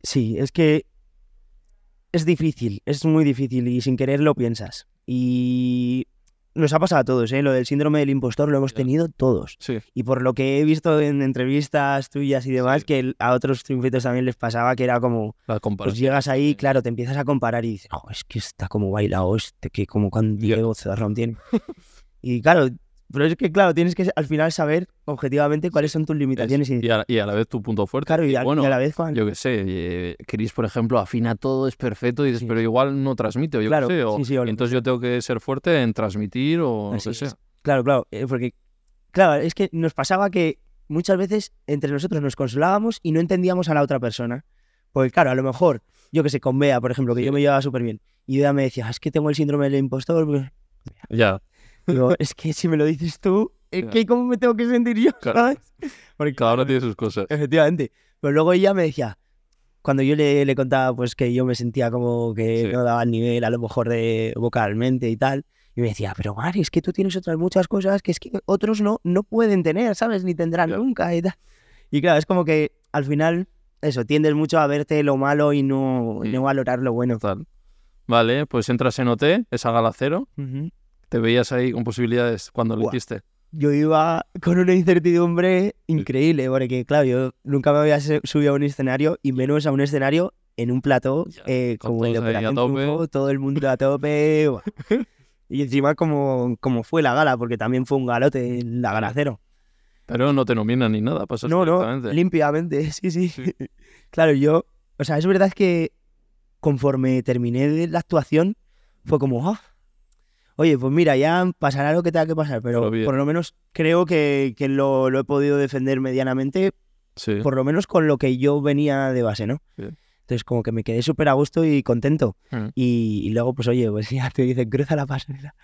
A: Sí, es que es difícil, es muy difícil y sin querer lo piensas. Y nos ha pasado a todos, ¿eh? Lo del síndrome del impostor lo hemos
B: Ya.
A: tenido todos.
B: Sí.
A: Y por lo que he visto en entrevistas tuyas y demás,
B: Sí.
A: que el- a otros triunfitos también les pasaba que era como,
B: La
A: pues
B: comparación.
A: llegas ahí,
B: sí.
A: claro, te empiezas a comparar y dices, "Jo, es que está como bailado este, que como cuando
B: Ya.
A: Diego Cerrón tiene. y claro, pero es que claro, tienes que al final saber objetivamente cuáles son tus limitaciones y,
B: y, a, y a la vez tu punto fuerte.
A: claro, y, a, y
B: bueno,
A: a la vez, Juan,
B: Yo qué sé, eh, Chris, por ejemplo, afina todo, es perfecto, y dices, pero igual no transmite, o yo
A: Claro,
B: qué sé, o-
A: sí, sí, o lo que
B: entonces yo tengo que ser fuerte en transmitir o lo
A: Así
B: que sea.
A: es. Claro, claro, eh, porque claro, es que nos pasaba que muchas veces entre nosotros nos consolábamos y no entendíamos a la otra persona. Porque claro, a lo mejor, yo que sé, con Bea, por ejemplo, que
B: Sí.
A: yo me llevaba súper bien, y Bea me decía, "Ah, es que tengo el síndrome del impostor. porque-".
B: Ya,
A: Digo, es que si me lo dices tú, es
B: Ya.
A: que ¿cómo me tengo que sentir yo?
B: Claro.
A: ¿sabes? Porque
B: cada uno tiene sus cosas.
A: Eh, Efectivamente. Pero luego ella me decía, cuando yo le, le contaba pues que yo me sentía como que
B: Sí.
A: no daba el nivel, a lo mejor de vocalmente y tal, y me decía, pero Mari, es que tú tienes otras muchas cosas que es que otros no, no pueden tener, ¿sabes? Ni tendrán
B: Claro.
A: nunca y tal. Y claro, es como que al final, eso, tiendes mucho a verte lo malo y no, y no
B: Mm.
A: valorar lo bueno.
B: Total. Vale, pues entras en OT, esa gala cero,
A: Ujú.
B: te veías ahí con posibilidades cuando lo
A: Buah.
B: hiciste.
A: Yo iba con una incertidumbre increíble, porque claro, yo nunca me había se- subido a un escenario y menos a un escenario en un plató
B: Ya,
A: eh,
B: con
A: como el de
B: todos ahí a
A: Operación
B: tope.
A: Triunfo, todo el mundo a tope. buah. y encima como, como fue la gala, porque también fue un galote la gala cero.
B: Pero no te nominan ni nada, pasas
A: No, no,
B: directamente.
A: límpidamente, sí, sí.
B: Sí.
A: claro, yo, o sea, es verdad que conforme terminé de la actuación, fue como, "Ah, oye, pues mira, ya pasará lo que tenga que pasar, pero
B: Pero bien.
A: por lo menos creo que, que lo, lo he podido defender medianamente,
B: Sí.
A: por lo menos con lo que yo venía de base, ¿no?
B: Bien.
A: Entonces, como que me quedé súper a gusto y contento.
B: Mm.
A: Y, y luego, pues oye, pues ya te dicen, cruza la pasarela.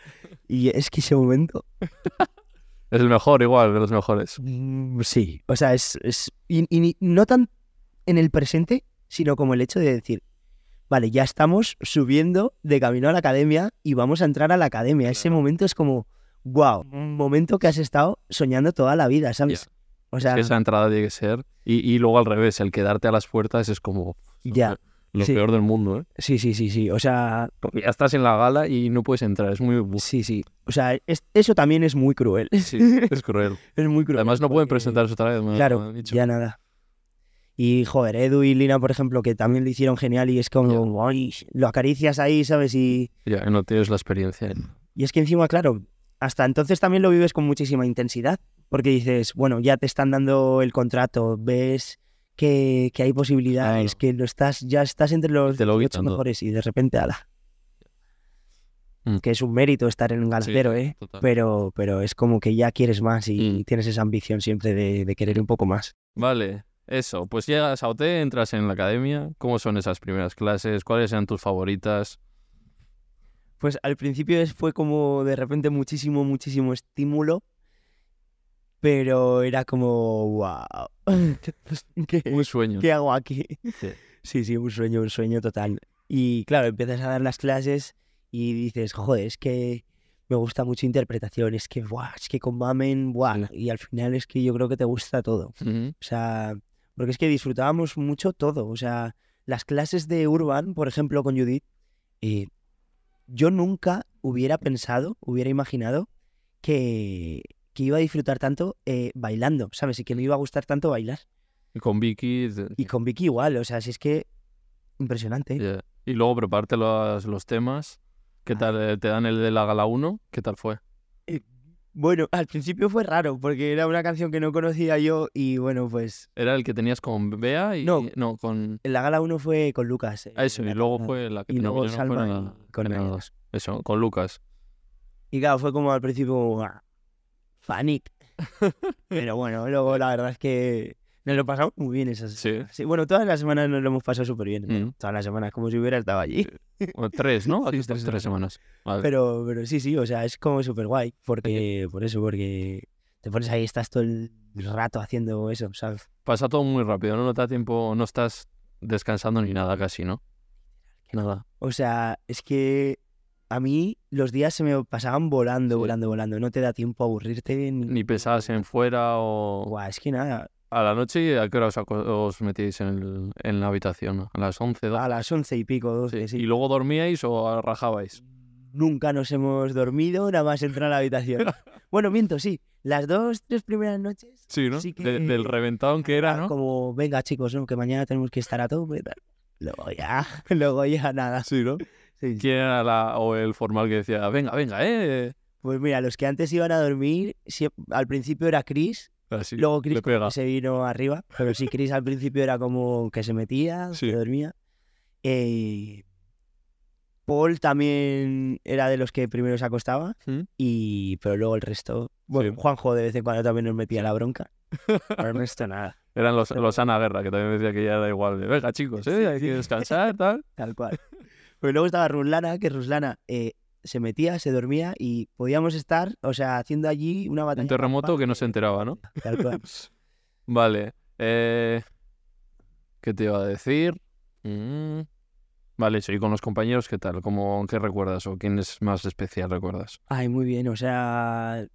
A: Y es que ese momento
B: Es el mejor, igual, de los mejores.
A: Mm, Sí, o sea, es... es- y, y ni- no tan en el presente, sino como el hecho de decir, vale, ya estamos subiendo de camino a la academia y vamos a entrar a la academia. Ese momento es como, wow, un momento que has estado soñando toda la vida, ¿sabes?
B: Ya.
A: O sea,
B: Esa entrada tiene que ser. Y, y luego al revés, el quedarte a las puertas es como lo
A: Ya,
B: pe- lo
A: sí.
B: peor del mundo, ¿eh?
A: sí, sí, sí, sí, o sea,
B: Porque ya estás en la gala y no puedes entrar, es muy... buf,
A: sí, sí. O sea, es- eso también es muy cruel,
B: sí, es cruel.
A: es muy cruel.
B: Además no pueden
A: porque-
B: presentarse otra vez, me- me
A: Claro,
B: han Ah, dicho.
A: ya nada. Y joder, Edu y Lina, por ejemplo, que también lo hicieron genial y es como, "Ay", lo acaricias ahí, ¿sabes? Y,
B: Ya, no tienes la experiencia.
A: y es que encima, claro, hasta entonces también lo vives con muchísima intensidad, porque dices, bueno, ya te están dando el contrato, ves que, que hay posibilidades,
B: Claro.
A: que lo estás, ya estás entre los
B: Te lo
A: 18
B: quitan todo.
A: mejores y de repente, ala.
B: Mm.
A: que es un mérito estar en un galpero,
B: sí,
A: ¿eh?
B: total.
A: Pero, pero es como que ya quieres más y,
B: Mm.
A: y tienes esa ambición siempre de, de querer un poco más.
B: Vale, eso. Pues llegas a OT, entras en la academia. ¿Cómo son esas primeras clases? ¿Cuáles eran tus favoritas?
A: Pues al principio es- fue como de repente muchísimo, muchísimo estímulo, pero era como, wow, ¿qué,
B: Un sueño.
A: Eh, qué hago aquí?
B: Sí.
A: Sí, sí, un sueño, un sueño total. Y claro, empiezas a dar las clases y dices, joder, es que me gusta mucho interpretación, es que, buah, es que con Mamen, buah, y al final es que yo creo que te gusta todo.
B: Ujú.
A: O sea, porque es que disfrutábamos mucho todo. O sea, las clases de Urban, por ejemplo, con Judith, eh, yo nunca hubiera pensado, hubiera imaginado que, que iba a disfrutar tanto eh, bailando, ¿sabes? Y que me iba a gustar tanto bailar.
B: Y con Vicky. te-
A: Y con Vicky igual, o sea, si es que impresionante.
B: ya. Y luego prepararte los, los temas. ¿Qué
A: Ah.
B: tal? eh, ¿Te dan el de la gala 1? ¿Qué tal fue?
A: Bueno, al principio fue raro porque era una canción que no conocía yo y bueno, pues
B: ¿Era el que tenías con Bea? Y,
A: No.
B: y- no, con.
A: en la gala 1 fue con Lucas. eh,
B: ah, Eso, y
A: la-
B: luego
A: la-
B: fue la que
A: y
B: tenía
A: luego
B: que tener
A: Salma
B: fuera
A: y con
B: en el
A: Bea.
B: dos. Eso, con Lucas.
A: Y claro, fue como al principio, "Buah, Fanic. Pero bueno, luego la verdad es que nos lo pasamos muy bien esas
B: Sí.
A: semanas. Bueno, todas las semanas nos lo hemos pasado súper bien.
B: Mm.
A: Todas las semanas, como si hubiera estado allí.
B: O tres, ¿no?
A: Sí,
B: Aquí tres,
A: tres
B: tres semanas. Vale.
A: Pero, pero sí, sí, o sea, es como súper guay. Porque, por eso, porque te pones ahí, estás todo el rato haciendo eso, ¿sabes?
B: Pasa todo muy rápido, ¿no? No te da tiempo, no estás descansando ni nada casi, ¿no? Nada.
A: O sea, es que a mí los días se me pasaban volando,
B: Sí.
A: volando, volando. No te da tiempo a aburrirte ni...
B: Ni pensabas en fuera o...
A: Buah, es que nada,
B: A la noche, ¿a qué hora os, aco- os metíais en, el- en la habitación? ¿A las 11?
A: a
B: doce?
A: las once y pico, doce, sí.
B: ¿Y luego dormíais o rajabais?
A: Nunca nos hemos dormido, nada más entrar a la habitación. Bueno, miento, sí. Las dos, tres primeras noches,
B: Sí, ¿no?
A: Sí que- eh,
B: De- del reventón que era, ¿no?
A: como, venga, chicos, ¿no? que mañana tenemos que estar a tope. tal. Luego ya, luego ya nada.
B: Sí, ¿no?
A: Sí, sí.
B: ¿Quién era la, o el formal que decía, venga, venga, eh?
A: Pues mira, los que antes iban a dormir, sie- al principio era Chris,
B: Así,
A: luego Chris
B: le pega.
A: se vino arriba, pero sí, Chris al principio era como que se metía,
B: Sí.
A: se dormía. Eh, Paul también era de los que primero se acostaba.
B: ¿Mm?
A: y pero luego el resto bueno
B: Sí.
A: Juanjo de vez en cuando también nos metía la bronca pero el resto nada
B: Eran los, los Ana Guerra, que también decía que ya era igual. de, venga, chicos,
A: Sí,
B: eh, hay
A: sí.
B: que descansar, tal.
A: tal cual pero luego estaba Ruslana que Ruslana eh, se metía se dormía y podíamos estar o sea haciendo allí una batalla
B: Un terremoto que no se enteraba, ¿no?
A: tal cual
B: Vale. eh, ¿Qué te iba a decir? Mm, Vale, eso, ¿y con los compañeros qué tal? ¿Cómo, ¿Qué recuerdas o quién es más especial recuerdas?
A: ay muy bien o sea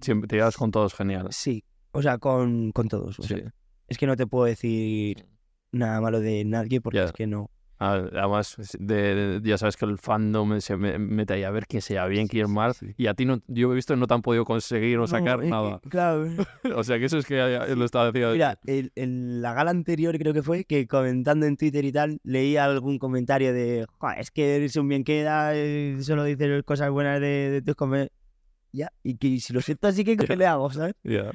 B: Siempre te llevas con todos genial.
A: sí pues o sea con, con todos o
B: Sí. Mm.
A: sea, es que no te puedo decir nada malo de nadie porque
B: Ya.
A: es que no
B: Ah, Además, es de- de- ya sabes que el fandom se me- mete ahí a ver quién se lleva bien, quién mal. Y a ti, no, yo he visto, no te han podido conseguir o sacar
A: No, eh,
B: nada.
A: claro
B: O sea, que eso es que ya- ya lo estaba diciendo.
A: Mira, el- en la gala anterior creo que fue que comentando en Twitter y tal, leía algún comentario de "Joa, es que eres un bien queda, eh, solo dices cosas buenas de, de tus comentarios. Ya, y que si lo siento así que ¿qué le hago, ¿sabes?
B: Ya.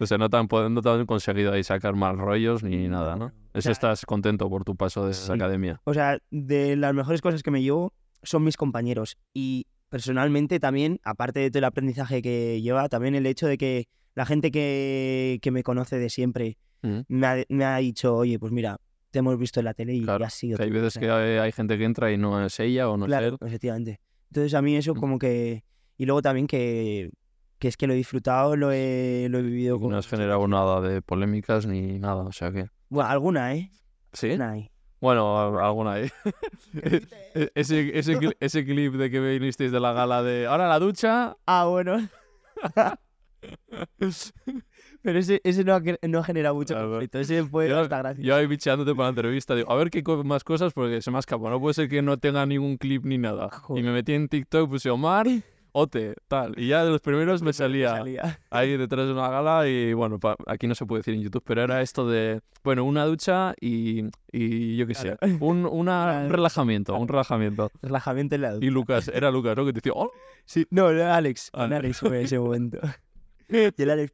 B: O sea, no te, han, pod- no te han conseguido ahí sacar mal rollos Pues ni nada, ¿no? Es
A: sea,
B: estás contento por tu paso de esa
A: sí.
B: academia.
A: O sea, de las mejores cosas que me llevo son mis compañeros. Y personalmente también, aparte de todo el aprendizaje que lleva, también el hecho de que la gente que, que me conoce de siempre
B: Mm.
A: me ha, me ha dicho, oye, pues mira, te hemos visto en la tele y,
B: Claro,
A: has sido
B: Que hay
A: tú", o
B: veces
A: sea,
B: que hay, hay gente que entra y no es ella o no
A: Claro,
B: es él.
A: efectivamente. Entonces a mí eso
B: Mm.
A: como que... Y luego también que, que es que lo he disfrutado, lo he, lo he
B: y
A: vivido
B: No has generado nada de polémicas ni nada, o sea que...
A: Bueno, alguna, ¿eh?
B: ¿Sí?
A: Alguna hay.
B: Bueno, a- alguna ahí. E- ese, ese, cli- ese clip de que vinisteis de la gala de... Ahora la ducha...
A: Ah, bueno. Pero ese, ese no, ha, cre- no ha generado mucho
B: Claro.
A: conflicto. Ese fue
B: Ah, Yo,
A: hasta gracia.
B: yo ahí bicheándote para la entrevista, digo, a ver qué co- más cosas porque se me ha escapado. No puede ser que no tenga ningún clip ni nada.
A: Joder.
B: Y me metí en TikTok, puse Omar, Ote, tal. Y ya de los primeros me salía
A: Salía.
B: ahí detrás de una gala y bueno, pa- aquí no se puede decir en YouTube, pero era esto de, bueno, una ducha y, y yo qué sé, un, una, un
A: Claro.
B: relajamiento, un relajamiento.
A: Relajamiento en la duda.
B: Y Lucas, era Lucas, ¿no? Que te decía, "Oh", "Hola".
A: Sí, no, era Alex.
B: Ah,
A: era
B: no.
A: Alex fue ese momento. Y el Alex...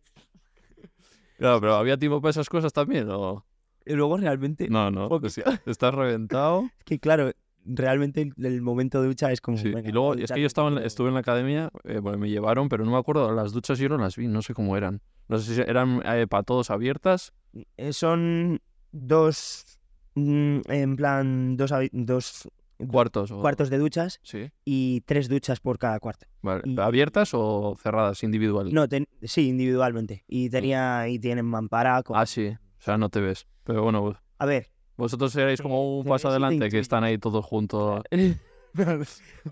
B: Claro, pero ¿había tiempo para esas cosas también o...?
A: Y luego realmente...
B: No, no,
A: Poquito.
B: o sea, estás reventado.
A: Es que claro, realmente el, el momento de ducha es como.
B: Sí,
A: venga,
B: y luego,
A: a
B: es
A: duchar,
B: que yo estaba en-
A: pero-
B: estuve en la academia, eh, bueno, me llevaron, pero no me acuerdo, las duchas yo no las vi, no sé cómo eran. No sé si eran eh, para todos abiertas.
A: Eh, son dos. mm, en plan, dos, habi- dos
B: Cuartos. o-
A: cuartos de duchas
B: Sí,
A: y tres duchas por cada cuarto.
B: vale.
A: Y-
B: ¿Abiertas o cerradas, individual?
A: Mm.
B: Ah,
A: No, ten- sí, individualmente. Y tenía y tienen mampara. con-
B: Ah, sí. O sea, no te ves. Pero bueno, vos-
A: A ver,
B: vosotros erais como un
A: te
B: paso
A: ves y te
B: adelante que
A: intuye.
B: están ahí todos juntos.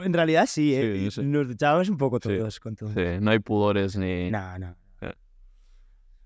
A: en realidad sí, ¿eh?
B: Sí, yo sé.
A: nos duchábamos un poco
B: Sí,
A: todos con todo.
B: Sí, eh, no hay pudores ni...
A: No, no.
B: Eh.
A: O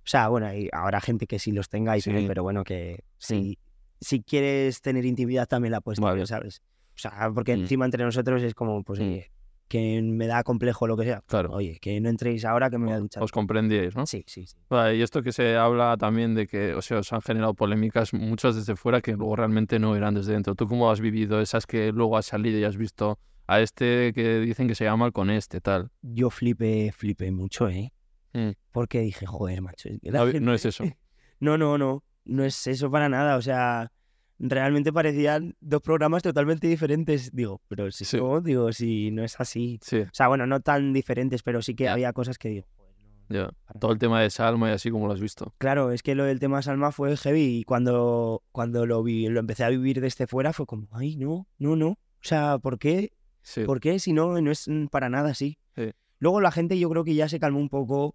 A: sea, bueno, hay, habrá gente que sí los tenga y
B: Sí.
A: tal, pero bueno, que si, si quieres tener intimidad también la puedes tener,
B: Vale.
A: ¿sabes? O sea, porque
B: Mm.
A: encima entre nosotros es como, pues,
B: Mm.
A: oye, que me da complejo lo que sea.
B: Claro.
A: Oye, que no entréis ahora que me voy a duchar.
B: Os comprendíais, ¿no?
A: Sí, sí, sí.
B: Vale, y esto que se habla también de que, o sea, os han generado polémicas muchas desde fuera que luego realmente no eran desde dentro. ¿Tú cómo has vivido esas que luego has salido y has visto a este que dicen que se llama con este, tal?
A: Yo flipé, flipé mucho, ¿eh?
B: Mm.
A: Porque dije, joder, macho. es que la
B: No,
A: gente-
B: no es eso.
A: No, no, no. No es eso para nada. O sea, realmente parecían dos programas totalmente diferentes. Digo, pero si
B: Sí.
A: no, digo, si no es así.
B: Sí,
A: O sea, bueno, no tan diferentes, pero sí que
B: Ya.
A: había cosas que digo. joder, no, no,
B: ya.
A: para
B: Todo
A: nada.
B: el tema de Salma y así como lo has visto.
A: Claro, es que lo del tema Salma fue heavy y cuando, cuando lo vi, lo empecé a vivir desde fuera fue como, ay, no, no, no. O sea, ¿por qué?
B: Sí,
A: ¿Por qué? Si no, no es mm, para nada así.
B: Sí.
A: Luego la gente yo creo que ya se calmó un poco,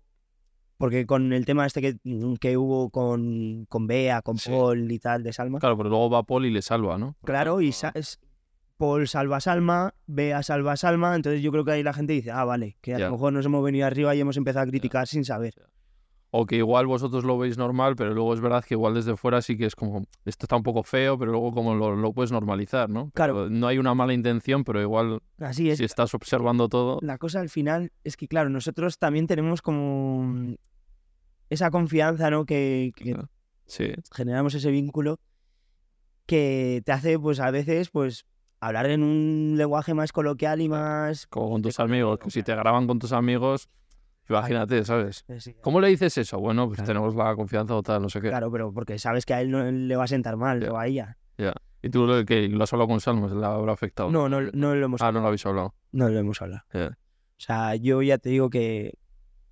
A: porque con el tema este que, que hubo con, con Bea, con
B: Sí.
A: Paul y tal de Salma,
B: claro, pero luego va Paul y le salva, ¿no? Ah,
A: claro, y sa- es- Paul salva a Salma, Bea salva a Salma, entonces yo creo que ahí la gente dice, ah, vale, que a
B: Ya.
A: lo mejor nos hemos venido arriba y hemos empezado a criticar sin saber.
B: O que igual vosotros lo veis normal, pero luego es verdad que igual desde fuera sí que es como, esto está un poco feo, pero luego como lo, lo puedes normalizar, ¿no?
A: Claro.
B: Pero No hay una mala intención, pero igual
A: Así es.
B: si estás observando todo,
A: La cosa al final es que, claro, nosotros también tenemos como esa confianza, ¿no? Que, que
B: sí,
A: generamos ese vínculo que te hace, pues a veces, pues hablar en un lenguaje más coloquial y más...
B: como con tus
A: Te-
B: amigos, que si te graban con tus amigos, imagínate, ¿sabes?
A: Sí,
B: ¿Cómo le dices eso? Bueno, pues tenemos la confianza o tal, no sé qué.
A: pues, Claro, pero porque sabes que a él no le va a sentar mal
B: Ya.
A: o a ella.
B: Y tú lo que lo has hablado con Salmas, la habrá afectado.
A: No, no, no lo hemos,
B: Ah, no lo habéis hablado.
A: no lo hemos hablado.
B: Ya.
A: O sea, yo ya te digo que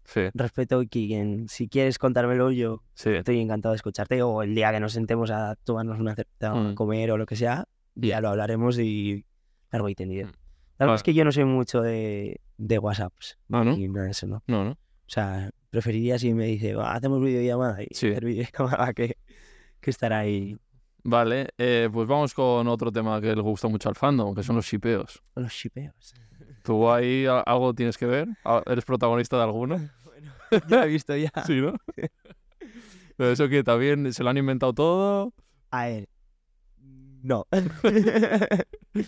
B: Sí,
A: respeto que quien, si quieres contármelo, yo
B: sí.
A: estoy encantado de escucharte. O el día que nos sentemos a tomarnos una cerveza, a
B: Mm.
A: comer o lo que sea, ya lo hablaremos y largo y tendido.
B: Mm.
A: La verdad
B: Vale. ¿Mm?
A: es que yo no soy mucho de, de WhatsApps
B: No, no.
A: y nada de eso, ¿no?
B: No, no.
A: O sea, preferiría si me dice, "Va, hacemos videollamada y
B: Sí.
A: hacer videollamada que, que estar ahí.
B: Vale, eh, pues vamos con otro tema que le gusta mucho al fandom, que son los shipeos.
A: Los shipeos.
B: ¿Tú ahí a- algo tienes que ver? ¿A- ¿Eres protagonista de alguno?
A: Bueno, ya lo he visto ya.
B: Sí, ¿no? Pero eso que también se lo han inventado todo.
A: A ver. No.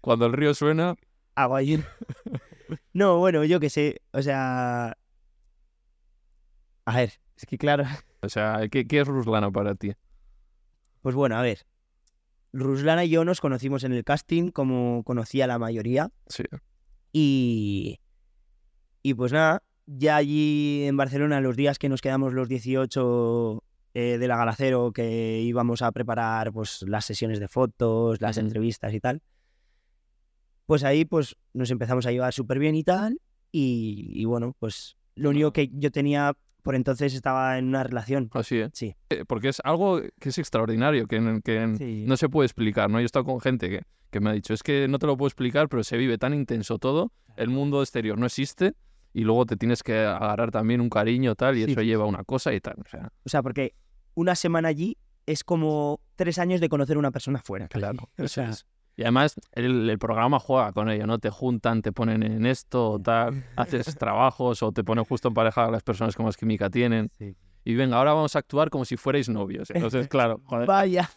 B: Cuando el río suena,
A: Hago ahí un- Ah, No, bueno, yo qué sé. O sea. A ver, es que claro.
B: o sea, ¿qué, qué es Ruslana para ti?
A: Pues bueno, a ver. Ruslana y yo nos conocimos en el casting, como conocía la mayoría.
B: Sí.
A: Y, y pues nada, ya allí en Barcelona, los días que nos quedamos los 18 eh, de la Galacero, que íbamos a preparar pues, las sesiones de fotos, las
B: Ujú.
A: entrevistas y tal, pues ahí pues, nos empezamos a llevar súper bien y tal. Y, y bueno, pues lo único que yo tenía por entonces estaba en una relación.
B: Así, ¿eh?
A: Sí.
B: Eh, Porque es algo que es extraordinario, que, en- que en-
A: Sí.
B: no se puede explicar, ¿no? Yo he estado con gente que, que me ha dicho, es que no te lo puedo explicar, pero se vive tan intenso todo, el mundo exterior no existe, y luego te tienes que agarrar también un cariño tal, y
A: Sí,
B: eso
A: sí,
B: lleva a una cosa y tal. O sea,
A: O sea, porque una semana allí es como tres años de conocer a una persona fuera.
B: Claro,
A: O
B: eso
A: sea,
B: es. Y además el, el programa juega con ello, ¿no? Te juntan, te ponen en esto o tal, haces trabajos o te ponen justo en pareja a las personas que más química tienen. Y venga, ahora vamos a actuar como si fuerais novios. Entonces, claro, joder,
A: Vaya.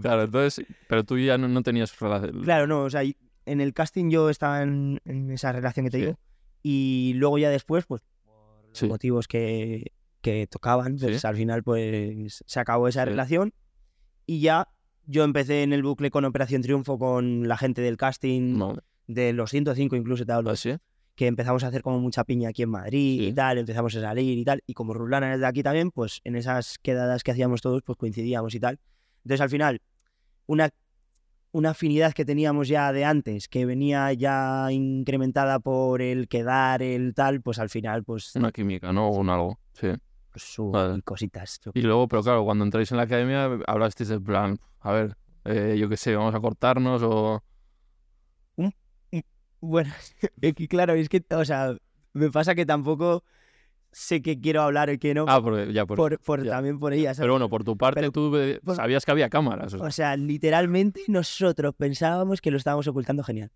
B: claro, entonces, pero tú ya no, no tenías relación.
A: Claro, no, o sea, y- en el casting yo estaba en, en esa relación que te
B: Sí.
A: digo. Y luego ya después, pues, por
B: Sí.
A: motivos que, que tocaban, pues
B: Sí.
A: al final, pues, se acabó esa
B: Sí.
A: relación. Y ya yo empecé en el bucle con Operación Triunfo con la gente del casting,
B: Vale,
A: de los 105 incluso, te hablo,
B: así.
A: que empezamos a hacer como mucha piña aquí en Madrid
B: Sí.
A: y tal, empezamos a salir y tal. Y como Ruslana es de aquí también, pues en esas quedadas que hacíamos todos, pues coincidíamos y tal. Entonces al final una, una afinidad que teníamos ya de antes, que venía ya incrementada por el quedar, el tal, pues al final, pues,
B: Una química, ¿no? O un algo. Sí.
A: pues, su-
B: Mm, Vale.
A: cositas. yo-
B: Y luego, pero claro, cuando entráis en la academia, hablasteis del plan, a ver, eh, yo qué sé, vamos a cortarnos o...
A: Bueno, es que claro, es que, o sea, me pasa que tampoco sé qué quiero hablar y qué no,
B: Ah, porque ya por...
A: por, por-
B: ya.
A: también por ellas.
B: Pero bueno, por tu parte, tú eh,
A: Bueno.
B: sabías que había cámaras. o sea,
A: O sea, literalmente nosotros pensábamos que lo estábamos ocultando genial.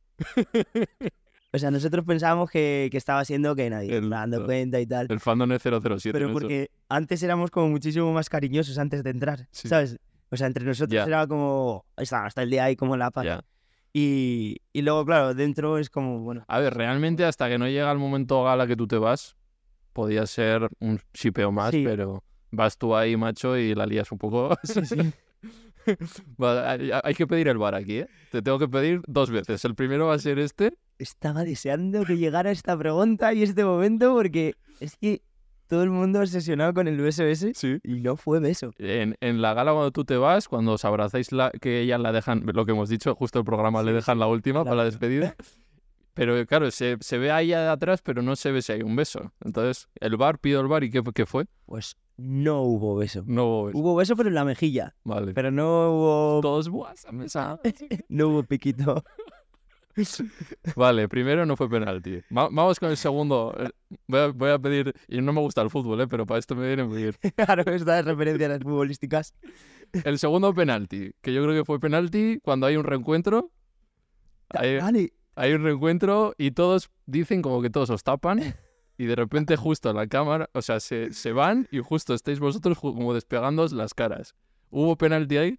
A: O sea, nosotros pensábamos que, que estaba siendo que nadie,
B: El-
A: dando cuenta y tal.
B: el fandom es 007.
A: Pero
B: en eso.
A: porque antes éramos como muchísimo más cariñosos antes de entrar,
B: Sí.
A: ¿sabes? O sea, entre nosotros
B: Ya.
A: era como, "Oh, está, hasta el día ahí como la paz.
B: Ya.
A: Y, y luego, claro, dentro es como, bueno,
B: A ver, realmente hasta que no llega el momento gala que tú te vas, podía ser un shipeo más,
A: Sí.
B: pero vas tú ahí, macho, y la lías un poco. Va, hay, hay que pedir el bar aquí, ¿eh? Te tengo que pedir dos veces. El primero va a ser este.
A: estaba deseando que llegara esta pregunta y este momento porque es que todo el mundo obsesionado con el BSS
B: Sí.
A: y no fue beso.
B: En, en la gala cuando tú te vas, cuando os abrazáis, la, que ellas la dejan, lo que hemos dicho, justo el programa le dejan la última
A: la
B: para la
A: última.
B: despedida. Pero claro, se, se ve ahí atrás, pero no se ve si hay un beso. Entonces, el bar, pido el bar y ¿qué, qué fue?
A: Pues no hubo beso.
B: No hubo beso.
A: Hubo beso, pero en la mejilla.
B: Vale.
A: Pero no hubo,
B: Todos, "Buah, esa mesa".
A: no hubo piquito.
B: Vale, primero no fue penalti. Va- vamos con el segundo. Eh, Voy a, voy a pedir, y no me gusta el fútbol, eh, pero para esto me viene muy bien.
A: Claro, estas referencias las futbolísticas.
B: El segundo penalti, que yo creo que fue penalti cuando hay un reencuentro. Hay,
A: Vale,
B: hay un reencuentro y todos dicen como que todos os tapan y de repente justo la cámara, o sea, se, se van y justo estáis vosotros ju- como despegándoos las caras. ¿Hubo penalti ahí?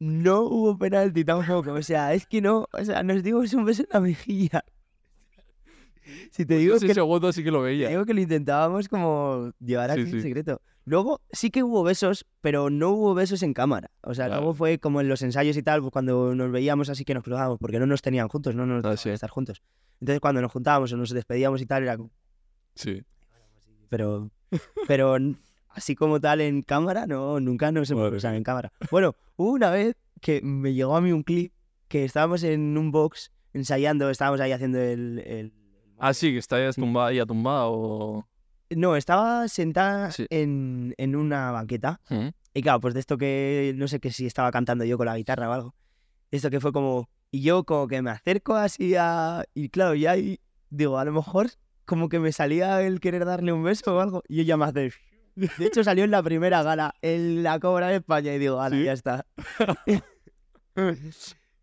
A: no hubo penalti tampoco. O sea, es que no, o sea, nos dimos un beso en la mejilla. Si te digo
B: Ese
A: que
B: segundo sí que lo
A: Te
B: veía.
A: digo que lo intentábamos como llevar
B: Sí,
A: aquí
B: sí.
A: en secreto. Luego sí que hubo besos, pero no hubo besos en cámara. O sea,
B: Claro.
A: luego fue como en los ensayos y tal, pues cuando nos veíamos así que nos cruzábamos, porque no nos tenían juntos, no nos
B: Ah,
A: dejaban
B: sí.
A: estar juntos. Entonces cuando nos juntábamos o nos despedíamos y tal, era como,
B: Sí.
A: pero, pero n- así como tal en cámara, no, nunca nos hemos
B: Madre
A: cruzado
B: mía.
A: en cámara. Bueno, hubo una vez que me llegó a mí un clip que estábamos en un box ensayando, estábamos ahí haciendo el... el-
B: Ah, sí, que estáis
A: Sí.
B: tumbada y tumbada o...
A: No, estaba sentada
B: Sí.
A: en, en una banqueta
B: ¿Mm?
A: Y claro, pues de esto que no sé que si estaba cantando yo con la guitarra o algo. Esto que fue como. Y yo como que me acerco así a. Y claro, ya ahí digo, a lo mejor como que me salía el querer darle un beso o algo. Y ella me hace. De hecho, salió en la primera gala, en la Cobra de España. Y digo, ala,
B: ¿Sí?
A: ya está.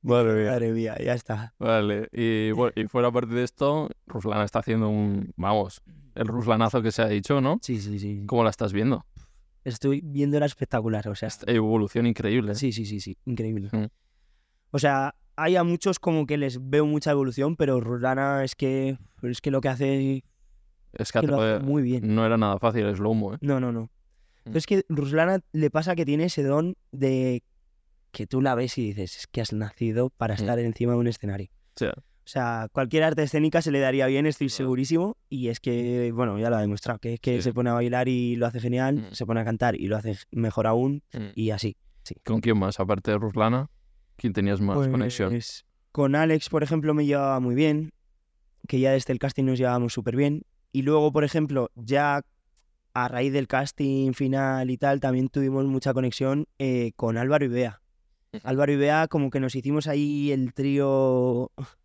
A: Madre mía, ya está.
B: Vale, y bueno, y fuera parte de esto, Ruslana está haciendo un, vamos, el ruslanazo que se ha dicho, ¿no?
A: Sí, sí, sí.
B: ¿Cómo la estás viendo?
A: Estoy viendo la espectacular, o sea.
B: Esta evolución increíble. ¿eh?
A: Sí, sí, sí, sí. Increíble.
B: Mm.
A: O sea, hay a muchos como que les veo mucha evolución, pero Rulana es que es que lo que hace,
B: Es que,
A: que lo hace
B: atrae-
A: muy bien.
B: no era nada fácil el slow-mo, ¿eh?
A: No, no, no.
B: Mm.
A: Pero es que Ruslana le pasa que tiene ese don de que tú la ves y dices, es que has nacido para
B: Mm.
A: estar encima de un escenario.
B: Sí.
A: O sea, cualquier arte escénica se le daría bien, estoy
B: Claro.
A: segurísimo. Y es que, bueno, ya lo ha demostrado, que es que
B: Sí.
A: se pone a bailar y lo hace genial,
B: Mm.
A: se pone a cantar y lo hace mejor aún, y así.
B: ¿Con quién más? Aparte de Ruslana, ¿quién tenías más conexión?
A: Pues, Con Alex, por ejemplo, me llevaba muy bien, que ya desde el casting nos llevábamos súper bien. Y luego, por ejemplo, ya a raíz del casting final y tal, también tuvimos mucha conexión eh, con Álvaro y Bea. Álvaro y Bea como que nos hicimos ahí el trío,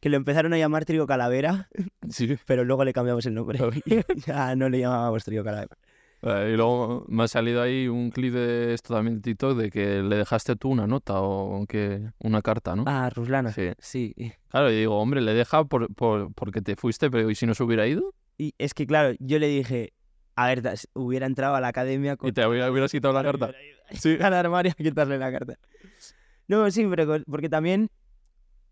A: que lo empezaron a llamar trío calavera,
B: Sí.
A: pero luego le cambiamos el nombre. ya no le llamábamos trío calavera.
B: Eh, y luego me ha salido ahí un clip de esto también de TikTok de que le dejaste tú una nota o que una carta, ¿no?
A: Ah, Ruslana.
B: Sí.
A: sí.
B: Claro, y digo, hombre, le deja por, por- porque te fuiste, pero ¿y si no se hubiera ido?
A: Y es que claro, yo le dije, a ver, das- hubiera entrado a la academia con
B: Y te hubiera- hubieras quitado la carta. Sí.
A: al armario a quitarle la carta. No, sí, pero co- porque también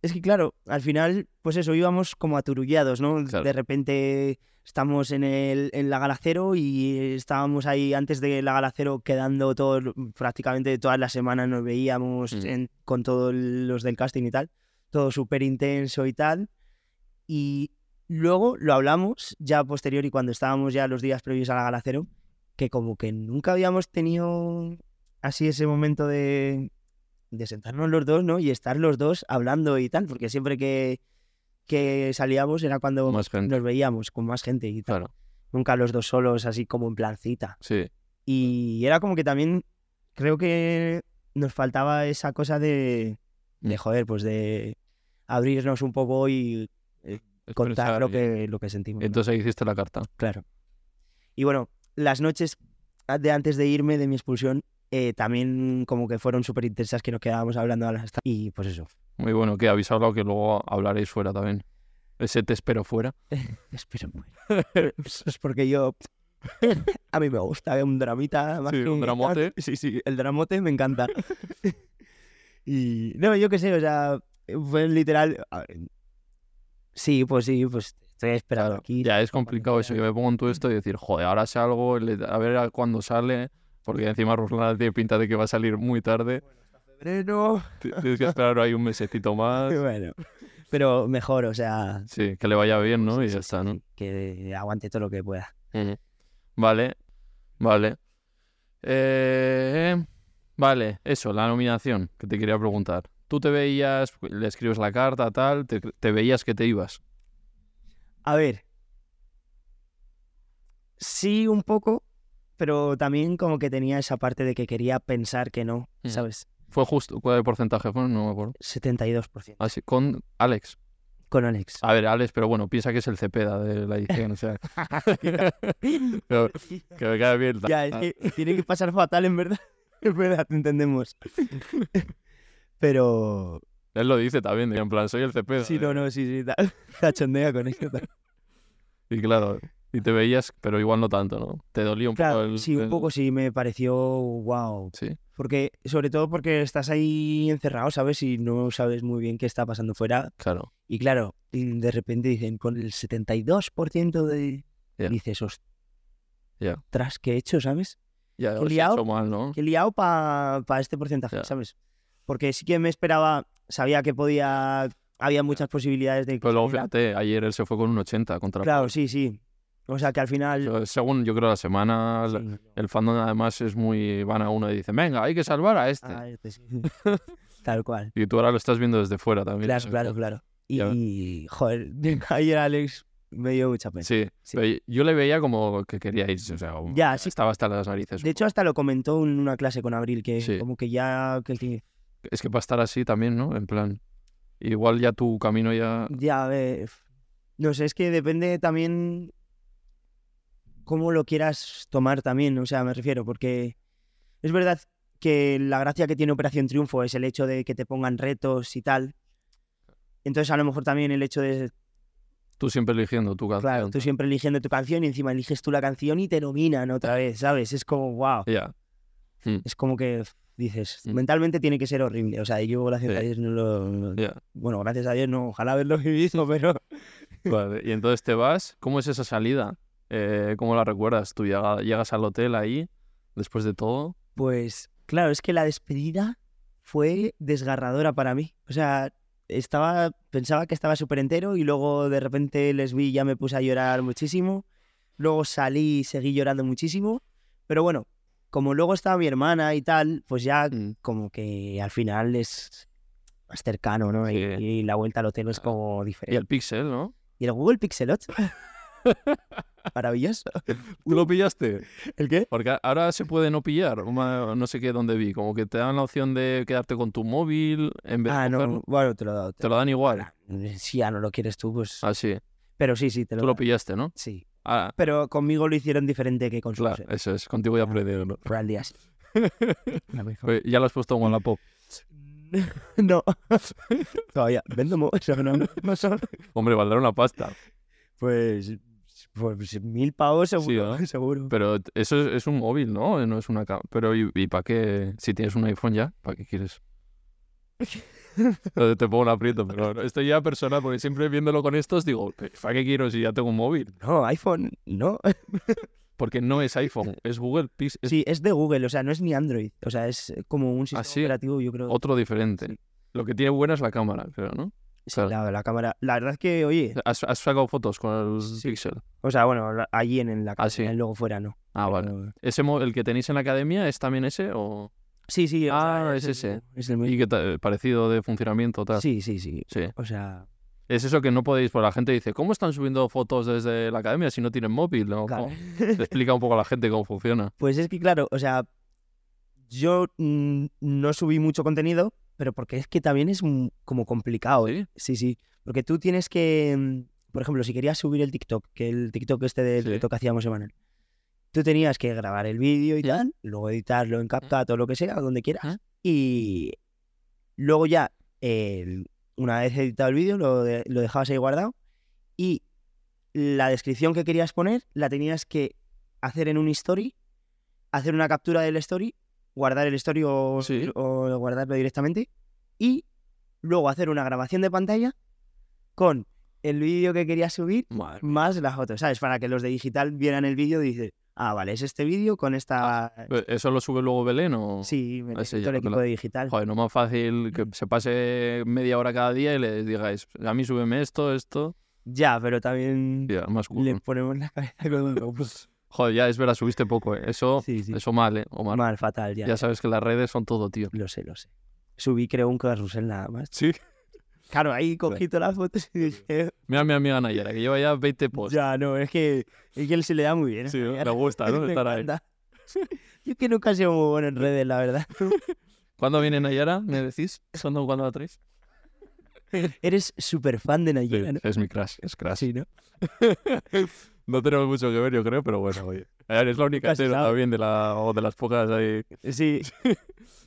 A: es que claro, al final, pues eso, íbamos como aturullados, ¿no?
B: Claro.
A: De repente estamos en, el, en la galacero y estábamos ahí antes de la galacero quedando todos, prácticamente todas las semanas nos veíamos
B: Mm.
A: en- con todos los del casting y tal, todo súper intenso y tal. Y luego lo hablamos ya posterior y cuando estábamos ya los días previos a la galacero, que como que nunca habíamos tenido así ese momento de, de sentarnos los dos, ¿no? Y estar los dos hablando y tal, porque siempre que, que salíamos era cuando
B: Más gente.
A: nos veíamos con más gente y tal.
B: Claro,
A: Nunca los dos solos, así como en plancita.
B: sí.
A: Y era como que también creo que nos faltaba esa cosa de, de
B: Mm.
A: joder, pues de abrirnos un poco y contar
B: Expresar
A: lo
B: y-
A: que, lo que sentimos. ¿no?
B: Entonces ahí hiciste la carta.
A: Claro. Y bueno, las noches a- de antes de irme de mi expulsión eh, también como que fueron súper intensas que nos quedábamos hablando a las ta- y pues eso.
B: Muy bueno, que habéis hablado que luego hablaréis fuera también. Ese te espero fuera.
A: Espero. es porque yo a mí me gusta un dramita más
B: Sí,
A: que
B: un dramote.
A: Sí, sí, el dramote me encanta. y no, yo qué sé, o sea, fue literal a ver, Sí, pues sí, pues estoy esperando aquí.
B: Ya es complicado eso. Yo
A: espera.
B: me pongo en todo esto y decir, joder, ahora salgo, le- a ver a cuándo sale, porque encima Ruslana tiene pinta de que va a salir muy tarde.
A: Febrero.
B: T- Tienes que esperar ahí un mesecito más.
A: Bueno, pero mejor, o sea,
B: Sí, que le vaya bien, ¿no? Y
A: sí,
B: ya
A: sí,
B: está,
A: sí,
B: ¿no?
A: sí, Que aguante todo lo que pueda.
B: Ujú. Vale, vale. Eh, vale, eso, la nominación que te quería preguntar. Tú te veías, le escribes la carta, tal, te, te veías que te ibas.
A: A ver. Sí, un poco, pero también como que tenía esa parte de que quería pensar que no,
B: Mm.
A: ¿sabes?
B: ¿Fue justo? ¿Cuál porcentaje fue? No me acuerdo.
A: 72%
B: Así, con Alex.
A: con Alex.
B: A ver, Alex, pero bueno, piensa que es el Cepeda de la edición. o sea, pero que me cae bien.
A: ya, es que tiene que pasar fatal, en verdad. En verdad, te entendemos. pero...
B: Ah, Él lo dice también, de que en plan, soy el Cepeda.
A: Sí,
B: de-
A: no, no, sí, sí. ta- Cachondea con esto. ta-
B: Y claro, y te veías, pero igual no tanto, ¿no? Te dolía un poco
A: Claro,
B: el...
A: sí, un
B: el-
A: poco sí me pareció wow.
B: Sí,
A: Porque, sobre todo porque estás ahí encerrado, ¿sabes? Y no sabes muy bien qué está pasando fuera.
B: claro.
A: Y claro, y de repente dicen, con el 72% de...
B: Ya.
A: Dices, ostras,
B: Ya.
A: ¿qué he hecho, sabes?
B: Ya,
A: Qué
B: os he
A: liado.
B: hecho mal, ¿no?
A: Qué he liado para este porcentaje,
B: Ya.
A: ¿sabes? Porque sí que me esperaba, sabía que podía, había muchas posibilidades de... que
B: Pero Pues luego
A: saliera.
B: fíjate, ayer él se fue con un 80 contra
A: Claro, sí, sí. O sea, que al final...
B: Pero Según yo creo la semana, la-
A: sí.
B: el este. fandom además es muy. Van a uno y dicen, venga, hay que salvar a este.
A: Ah, este sí. Tal cual.
B: Y tú ahora lo estás viendo desde fuera también.
A: Claro,
B: Sí,
A: claro, claro.
B: Ya ve-
A: Y, joder, ayer Alex me dio mucha pena.
B: Sí,
A: Sí.
B: pero yo le veía como que quería irse, o sea, un-
A: Ya, sí.
B: estaba hasta las narices.
A: De hecho, hasta lo comentó en una clase con Abril, que
B: Sí.
A: como que ya, que, que-
B: Es que para estar así también, ¿no? En plan, igual ya tu camino ya.
A: ya, eh, f- no sé, es que depende también cómo lo quieras tomar también, o sea, me refiero, porque es verdad que la gracia que tiene Operación Triunfo es el hecho de que te pongan retos y tal. Entonces, a lo mejor también el hecho de
B: Tú siempre eligiendo tu canción.
A: Claro, tú siempre eligiendo tu canción y encima eliges tú la canción y te nominan otra vez, ¿sabes? Es como, wow.
B: Ya,
A: Es como que f- dices,
B: Mm.
A: mentalmente tiene que ser horrible. O sea, yo gracias
B: Sí.
A: a Dios no lo. no-
B: ya.
A: Bueno, gracias a Dios no, ojalá haberlo vivido, pero.
B: Vale, Y entonces te vas. ¿Cómo es esa salida? Eh, ¿Cómo la recuerdas? Tú llega- llegas al hotel ahí, después de todo.
A: Pues, claro, es que la despedida fue desgarradora para mí. O sea, estaba. Pensaba que estaba súper entero y luego de repente les vi y ya me puse a llorar muchísimo. Luego salí y seguí llorando muchísimo. Pero bueno, como luego estaba mi hermana y tal, pues ya
B: Mm.
A: como que al final es más cercano, ¿no? Y,
B: Sí.
A: y la vuelta al hotel es como
B: Y
A: diferente.
B: el Pixel, ¿no?
A: ¿Y el Google Pixel 8? Maravilloso.
B: ¿Tú lo pillaste?
A: ¿El qué?
B: Porque a- ahora se puede no pillar, una- no sé qué, dónde vi, como que te dan la opción de quedarte con tu móvil en vez de
A: Ah,
B: cogerlo.
A: no, bueno, te lo he dado.
B: Te lo dan igual,
A: Si ya no lo quieres tú, pues...
B: así.
A: Pero sí, sí, te lo,
B: Tú lo pillaste, ¿no?
A: Sí.
B: Ah,
A: Pero conmigo lo hicieron diferente que con
B: claro,
A: su
B: eso es, contigo
A: Ah.
B: ya aprendí. ¿no?
A: Real Díaz. La mejor.
B: Oye, Ya lo has puesto en Wallapop.
A: no. Todavía. Vendo mo- eso no, no son-
B: Hombre, valdrá una pasta.
A: Pues... Pues mil pavos seguro.
B: ¿no?
A: seguro.
B: Pero t- eso es, es un móvil, ¿no? No es una cámara. Pero ¿y, para qué? Si tienes un iPhone ya, ¿para qué quieres? No, Te pongo un aprieto, pero no, estoy ya personal, porque siempre viéndolo con estos digo, ¿para qué quiero si ya tengo un móvil?
A: No, iPhone, no.
B: Porque no es iPhone, es Google Pixel, es
A: Sí, es de Google, o sea, no es ni Android. O sea, es eh, como un sistema
B: Ah, sí?
A: operativo, yo creo.
B: otro diferente. Lo que tiene buena es la cámara, creo, ¿no?
A: Sí,
B: claro.
A: la, la cámara. La verdad es que, oye,
B: ¿Has, has sacado fotos con el Pixel?
A: o sea, bueno, la- allí en, en la
B: Ah,
A: cámara,
B: sí.
A: luego fuera no.
B: Ah, vale.
A: Pero- eh,
B: ¿Ese mo- el que tenéis en la academia es también ese o...?
A: Sí, sí. o sea,
B: Ah, es
A: el
B: ese.
A: mismo, Es el mismo.
B: Y que ta- eh, parecido de funcionamiento, tal.
A: Sí, sí, sí.
B: Sí.
A: O sea,
B: Es eso que no podéis, porque la gente dice, ¿cómo están subiendo fotos desde la academia si no tienen móvil? ¿No?
A: claro.
B: Te explica un poco a la gente cómo funciona.
A: Pues es que, claro, o sea, yo mm, no subí mucho contenido, pero porque es que también es mm, como complicado. ¿eh? Sí, sí. Porque tú tienes que, mm, por ejemplo, si querías subir el TikTok, que el TikTok este del
B: Sí.
A: TikTok que hacíamos semanal, tú tenías que grabar el vídeo y tal, luego editarlo en CapCut o lo que sea, donde quieras,
B: Ujú.
A: y luego ya, el- una vez editado el vídeo, lo, de- lo dejabas ahí guardado y la descripción que querías poner la tenías que hacer en un story, hacer una captura del story, guardar el story o,
B: Sí.
A: o guardarlo directamente y luego hacer una grabación de pantalla con el vídeo que querías subir
B: Madre.
A: más las fotos, ¿sabes? Para que los de digital vieran el vídeo y dicen, ah, vale, es este vídeo con esta...
B: ¿E-, ¿Eso lo sube luego Belén o...?
A: sí, Mm. me
B: Ah, sí,
A: conecto
B: ya
A: el
B: lo-
A: equipo de digital.
B: Joder, no más fácil que se pase media hora cada día y les digáis, a mí súbeme esto, esto.
A: Ya, pero también
B: Hostia, más culo.
A: le ponemos la cabeza con los
B: Joder, ya es verdad, subiste poco, ¿eh? Eso,
A: Sí, sí.
B: eso mal, ¿eh? O mal.
A: Mal, fatal, ya.
B: ya sabes que las redes son todo, tío.
A: Lo sé, lo sé. Subí, creo, un carrusel nada más.
B: Sí.
A: Claro, ahí cogí todas las fotos y dije,
B: Mira a mi amiga Nayara, que lleva ya 20 posts.
A: ya, no, es que, es que él se le da muy bien. ¿eh?
B: Sí, ¿no?
A: Me
B: le gusta, ¿no? Estar ahí.
A: encanta. Yo es que nunca he sido muy bueno en redes, la verdad.
B: ¿Cuándo viene Nayara? ¿Me decís? ¿Cuándo, cuándo la traes?
A: Eres súper fan de
B: Sí,
A: Nayera, ¿no?
B: Es mi crush, es crush.
A: Sí, ¿no?
B: No tenemos mucho que ver, yo creo, pero bueno, oye. Nayara es la única
A: Nunca se
B: hetero
A: sabe.
B: también de, la, o de las pocas ahí.
A: Sí.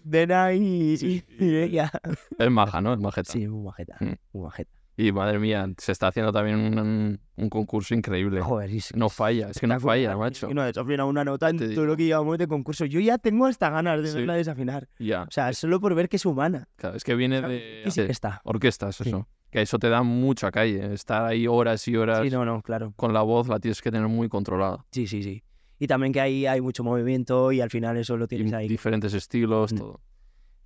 A: De Nay y, y ella.
B: Es maja, ¿no? Es majeta.
A: Sí, muy majeta,
B: Mm.
A: muy majeta.
B: Y madre mía, se está haciendo también un, un concurso increíble.
A: Joder, y es-
B: No falla, es que no falla, macho.
A: Y no desafina una nota en
B: Te digo.
A: todo lo que llevamos de concurso. Yo ya tengo hasta ganas de
B: Sí.
A: verla desafinar.
B: Ya,
A: O sea, solo por ver que es humana.
B: claro, es que viene de
A: Y sí que está.
B: orquestas,
A: Sí.
B: eso. Que eso te da mucha calle. Estar ahí horas y horas
A: Sí, no, no, claro.
B: con la voz la tienes que tener muy controlada.
A: Sí, sí, sí. Y también que ahí hay mucho movimiento y al final eso lo
B: Y
A: tienes ahí.
B: diferentes estilos,
A: Mm.
B: todo.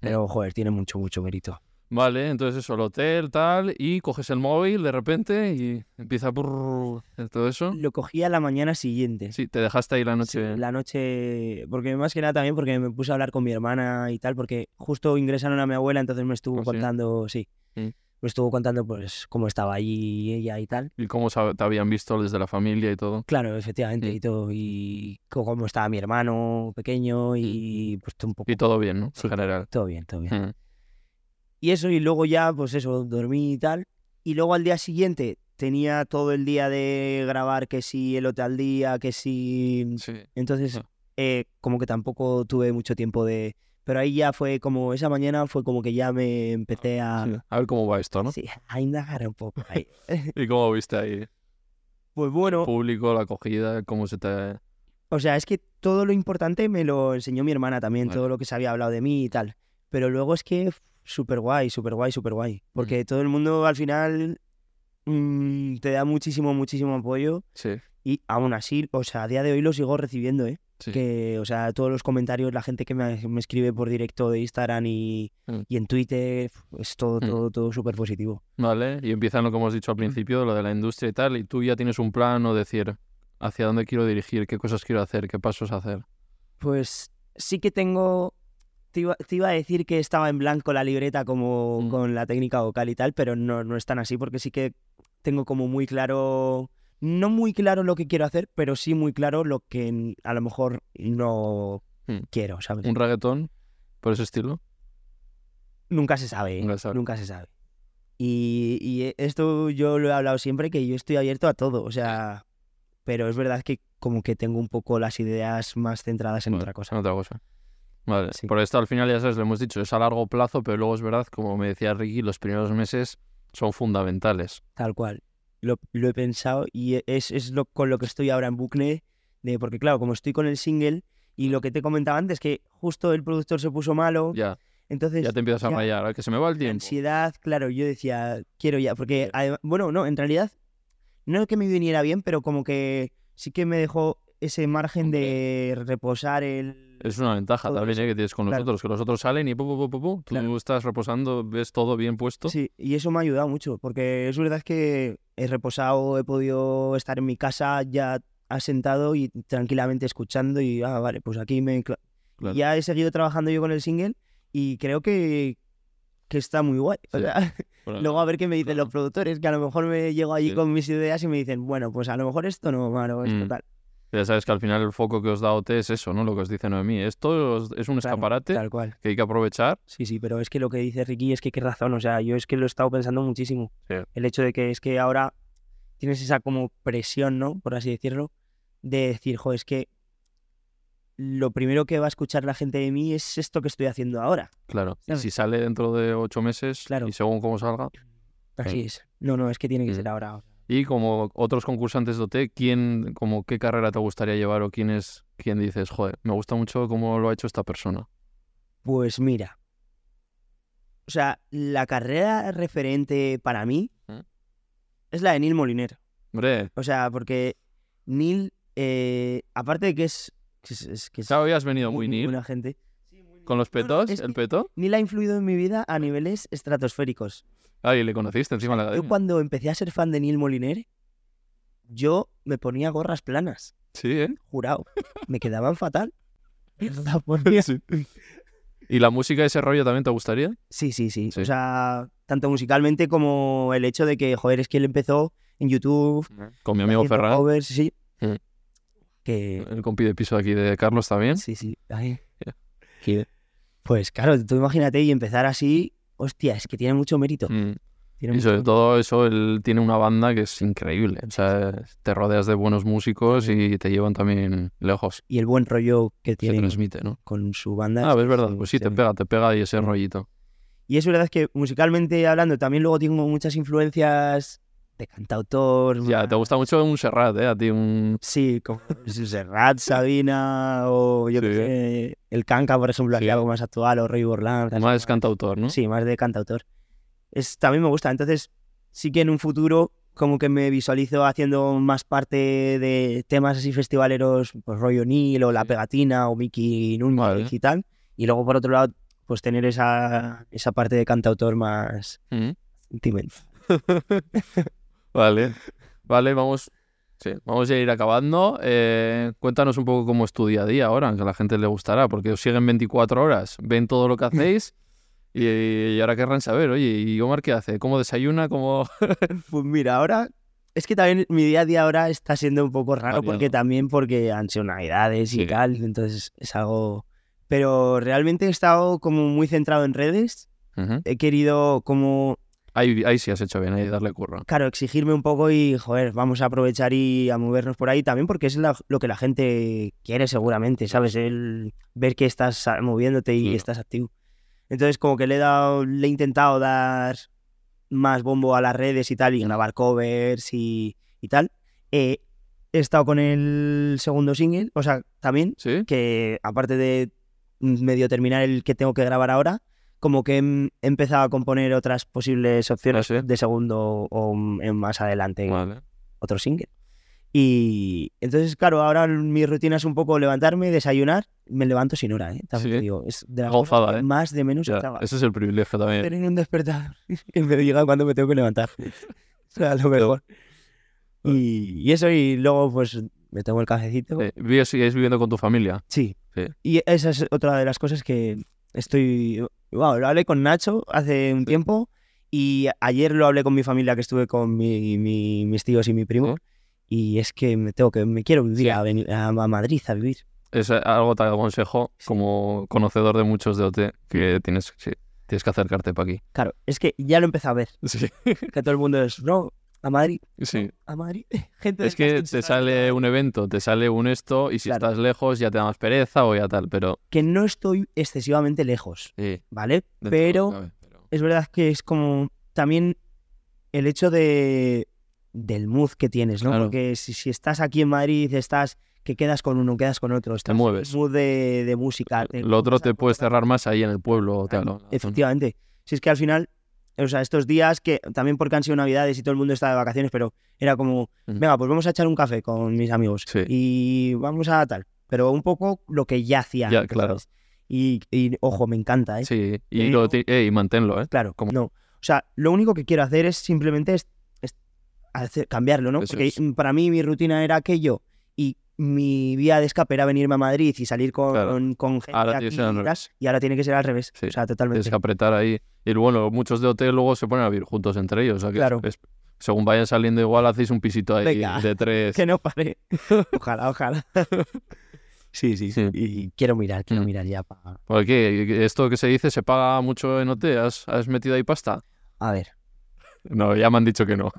A: Pero, joder, tiene mucho, mucho mérito.
B: Vale, entonces eso, el hotel, tal, y coges el móvil de repente y empieza por todo eso.
A: Lo cogí a la mañana siguiente.
B: Sí, te dejaste ahí la
A: Sí,
B: noche.
A: La noche, porque más que nada también porque me puse a hablar con mi hermana y tal, porque justo ingresaron a mi abuela, entonces me estuvo
B: ¿Ah, sí?
A: contando, sí,
B: Mm.
A: me estuvo contando pues cómo estaba allí ella y tal.
B: Y cómo sab- te habían visto desde la familia y todo.
A: Claro, efectivamente,
B: Mm.
A: y todo, y co- cómo estaba mi hermano pequeño y pues un poco...
B: Mm. Y todo bien, ¿no?
A: Sí.
B: En general.
A: Todo bien, todo bien.
B: Mm.
A: Y eso, y luego ya, pues eso, dormí y tal. Y luego al día siguiente tenía todo el día de grabar que si el hotel al día, que si...
B: Sí.
A: Entonces,
B: Ah.
A: eh, como que tampoco tuve mucho tiempo de... Pero ahí ya fue como, esa mañana fue como que ya me empecé a...
B: A ver cómo va esto, ¿no?
A: Ah. Sí, a indagar un poco ahí.
B: ¿Y cómo viste ahí?
A: Pues bueno,
B: Público, la acogida, cómo se te...
A: o sea, es que todo lo importante me lo enseñó mi hermana también,
B: Vale.
A: todo lo que se había hablado de mí y tal. Pero luego es que f- súper guay, súper guay, súper guay. Porque todo el mundo al final mm, te da muchísimo, muchísimo apoyo.
B: Sí,
A: Y aún así, o sea, a día de hoy lo sigo recibiendo, ¿eh?
B: sí.
A: Que, o sea, todos los comentarios, la gente que me, me escribe por directo de Instagram y,
B: Mm.
A: y en Twitter, es todo,
B: Mm.
A: todo, todo súper positivo.
B: Vale, y empiezan lo que hemos
A: Mm.
B: dicho al principio, lo de la industria y tal, y tú ya tienes un plan o decir hacia dónde quiero dirigir, qué cosas quiero hacer, qué pasos hacer.
A: Pues sí que tengo. Te iba, te iba a decir que estaba en blanco la libreta como
B: Mm.
A: con la técnica vocal y tal, pero no, no es tan así porque sí que tengo como muy claro. No muy claro lo que quiero hacer, pero sí muy claro lo que n- a lo mejor no
B: Mm.
A: quiero, ¿sabes?
B: ¿Un reggaetón por ese estilo?
A: Nunca se sabe, ¿eh?
B: Nunca se sabe.
A: se sabe. Y, y e- esto yo lo he hablado siempre, que yo estoy abierto a todo, o sea, pero es verdad que como que tengo un poco las ideas más centradas en
B: Vale,
A: otra cosa.
B: En otra cosa. Vale,
A: Sí.
B: por esto al final ya sabes, lo hemos dicho, es a largo plazo, pero luego es verdad, como me decía Ricky, los primeros meses son fundamentales.
A: Tal cual. Lo, lo he pensado y e- es, es lo, con lo que estoy ahora en bucle. De, porque, claro, como estoy con el single y lo que te comentaba antes, que justo el productor se puso malo,
B: Ya,
A: entonces
B: ya te empiezas a
A: ya.
B: rayar, ¿eh? que se me va el
A: la
B: tiempo.
A: ansiedad, claro, yo decía, quiero ya. Porque, adem- bueno, no, en realidad, no es que me viniera bien, pero como que sí que me dejó ese margen de reposar el.
B: Es una ventaja
A: Todo
B: también
A: eso.
B: ¿eh? que tienes con
A: Claro.
B: nosotros, que los otros salen y pu, pu, pu, pu, pu, tú
A: Claro.
B: estás reposando, ves todo bien puesto.
A: Sí, y eso me ha ayudado mucho, porque es verdad que he reposado, he podido estar en mi casa ya asentado y tranquilamente escuchando y, ah, vale, pues aquí me... encla-
B: Claro.
A: Ya he seguido trabajando yo con el single y creo que, que está muy guay. O
B: Sí.
A: sea,
B: Bueno,
A: luego a ver qué me dicen
B: Claro.
A: los productores, que a lo mejor me llego allí
B: Sí.
A: con mis ideas y me dicen, bueno, pues a lo mejor esto no, malo, esto
B: Mm.
A: tal.
B: Ya sabes que al final el foco que os da OT es eso, ¿no? Lo que os dice Noemí. Esto os- es un
A: Claro,
B: escaparate
A: Tal cual.
B: que hay que aprovechar.
A: Sí, sí, pero es que lo que dice Ricky es que qué razón, o sea, yo es que lo he estado pensando muchísimo.
B: Sí.
A: El hecho de que es que ahora tienes esa como presión, ¿no? Por así decirlo, de decir, jo, es que lo primero que va a escuchar la gente de mí es esto que estoy haciendo ahora.
B: Claro. Y
A: Claro.
B: Si sale dentro de ocho meses
A: Claro.
B: y según cómo salga.
A: Así es. No, no, es que tiene que
B: Mm.
A: ser ahora.
B: Y como otros concursantes de OT, ¿quién, como qué carrera te gustaría llevar o quién es, quién dices, joder, me gusta mucho cómo lo ha hecho esta persona?
A: Pues mira. O sea, la carrera referente para mí
B: ¿Mm?
A: es la de Neil Moliner.
B: Hombre,
A: O sea, porque Neil, eh, aparte de que es... que es- es- que es
B: ya habías venido muy
A: muy
B: nil
A: buena gente.
B: con los
A: No, no,
B: petos,
A: es
B: el
A: que-
B: peto.
A: Neil ha influido en mi vida a niveles estratosféricos.
B: Ah, y le conociste encima de la
A: Yo
B: academia.
A: cuando empecé a ser fan de Neil Moliner, yo me ponía gorras planas,
B: Sí, ¿eh?
A: jurado. Me quedaban fatal. La ponía-
B: Sí. ¿Y la música de ese rollo también te gustaría?
A: Sí, sí, sí,
B: Sí.
A: O sea, tanto musicalmente como el hecho de que, joder, es que él empezó en YouTube.
B: Con mi amigo
A: haciendo
B: Ferran,
A: covers, sí.
B: Mm.
A: Que...
B: el compi de piso aquí de Carlos también.
A: Sí, sí. ay. Pues claro, tú imagínate y empezar así, hostia, es que tiene mucho mérito.
B: Mm.
A: tiene
B: Y
A: mucho
B: sobre todo eso, él tiene una banda que es increíble. O
A: Sí,
B: sea, te rodeas de buenos músicos y te llevan también lejos.
A: y el buen rollo que
B: Se
A: tiene con,
B: transmite, ¿no?
A: con su banda.
B: Ah, es verdad.
A: sí,
B: Pues sí,
A: se
B: te
A: ve.
B: pega, te pega y ese rollito.
A: Y es verdad que musicalmente hablando, también luego tengo muchas influencias de cantautor.
B: Ya,
A: más-
B: te gusta mucho un Serrat, ¿eh? A ti un...
A: Sí, como Serrat, Sabina, o yo
B: Sí,
A: qué sé, el Canca, por ejemplo, aquí
B: Sí.
A: algo más actual, o Rey Borland. casi
B: Más cantautor, ¿no?
A: Sí, más de cantautor. Es, también me gusta. Entonces, sí que en un futuro como que me visualizo haciendo más parte de temas así festivaleros, pues rollo Neil o La
B: Sí.
A: Pegatina o Mickey Núñez
B: Vale.
A: y tal. Y luego, por otro lado, pues tener esa, esa parte de cantautor más
B: Mm.
A: intimate.
B: Vale. Vale, vamos... Sí, vamos a ir acabando. Eh, cuéntanos un poco cómo es tu día a día ahora, que a la gente le gustará, porque os siguen 24 horas, ven todo lo que hacéis y, y ahora querrán saber, oye, ¿y Omar qué hace? ¿Cómo desayuna? ¿Cómo...?
A: Pues mira, ahora... Es que también mi día a día ahora está siendo un poco raro
B: Variado.
A: porque también porque han sido navidades y
B: Sí.
A: tal, entonces es algo... Pero realmente he estado como muy centrado en redes,
B: Ujú.
A: he querido como
B: ahí, ahí sí has hecho bien, ahí darle curro.
A: claro, exigirme un poco y, joder, vamos a aprovechar y a movernos por ahí también porque es la- lo que la gente quiere seguramente, ¿sabes? El ver que estás ah, moviéndote y
B: Claro.
A: estás activo. Entonces, como que le he dado, le he intentado dar más bombo a las redes y tal, y grabar covers y, y tal. Eh, he estado con el segundo single, o sea, también,
B: ¿Sí?
A: que aparte de medio terminar el que tengo que grabar ahora, como que em, he empezado a componer otras posibles opciones
B: Ah, sí.
A: de segundo o mm, en más adelante
B: Vale.
A: otro single. Y entonces, claro, ahora mi rutina es un poco levantarme, desayunar, me levanto sin hora, ¿eh? También
B: Sí.
A: te digo, es de las
B: Gozada,
A: cosas que
B: ¿eh?
A: más de menos
B: Ya,
A: echaba.
B: ese es el privilegio también.
A: Tener un despertador que me diga cuándo me tengo que levantar. o sea, lo mejor. Y, y eso, y luego pues me tomo el cafecito.
B: Eh, ¿vives- ¿Sigues viviendo con tu familia?
A: Sí.
B: Sí.
A: Y esa es otra de las cosas que estoy. Wow, lo hablé con Nacho hace un tiempo y ayer lo hablé con mi familia que estuve con mi- mi- mis tíos y mi primo. Y es que me tengo que me quiero vivir a, venir- a- a Madrid a vivir.
B: Es algo te aconsejo como conocedor de muchos de OT que tienes, sí, tienes que acercarte para aquí.
A: Claro, es que ya lo empecé a ver.
B: Sí,
A: Que todo el mundo es, no, a Madrid,
B: sí.
A: a Madrid. Gente del
B: Es que
A: casting se
B: te
A: está-
B: sale un evento, te sale un esto y si
A: Claro.
B: estás lejos ya te da más pereza o ya tal, pero...
A: Que no estoy excesivamente lejos,
B: Sí,
A: ¿vale?
B: dentro
A: Pero.
B: de lo que cabe, pero-
A: es verdad que es como también el hecho de del mood que tienes, ¿no?
B: Claro.
A: Porque si, si estás aquí en Madrid, estás que quedas con uno, quedas con otro, estás en
B: mueves.
A: mood de, de música. te
B: Lo otro
A: juntas a
B: te puedes
A: tocar.
B: cerrar más ahí en el pueblo o tal.
A: Claro,
B: ¿no? La zona.
A: Efectivamente. Si es que al final, o sea, estos días que también porque han sido navidades y todo el mundo está de vacaciones, pero era como,
B: Mm.
A: venga, pues vamos a echar un café con mis amigos
B: Sí.
A: y vamos a tal. Pero un poco lo que ya hacía.
B: Ya,
A: antes,
B: claro.
A: ¿sabes? Y, y, ojo, me encanta, ¿eh?
B: Sí, y,
A: Pero-
B: lo ti- eh, y manténlo, ¿eh?
A: Claro, como no. O sea, lo único que quiero hacer es simplemente es, es hacer- cambiarlo, ¿no?
B: Eso
A: Porque
B: es.
A: mm, para mí mi rutina era aquello y mi vía de escape era venirme a Madrid y salir con,
B: Claro.
A: con, con gente
B: Ahora
A: aquí
B: tiene que ser al
A: y, tal, y ahora tiene que ser al revés.
B: Sí,
A: O sea,
B: Tienes
A: totalmente.
B: que apretar ahí. Y bueno, muchos de hotel luego se ponen a vivir juntos entre ellos. o sea que
A: Claro.
B: es- según vayan saliendo igual, hacéis un pisito ahí
A: Venga.
B: de tres.
A: Que no pare. Ojalá, ojalá. sí, sí,
B: Sí.
A: Y quiero mirar, quiero
B: Mm.
A: mirar ya para...
B: Porque ¿qué? esto que se dice se paga mucho en hotel. ¿Has, has metido ahí pasta?
A: A ver.
B: No, ya me han dicho que no.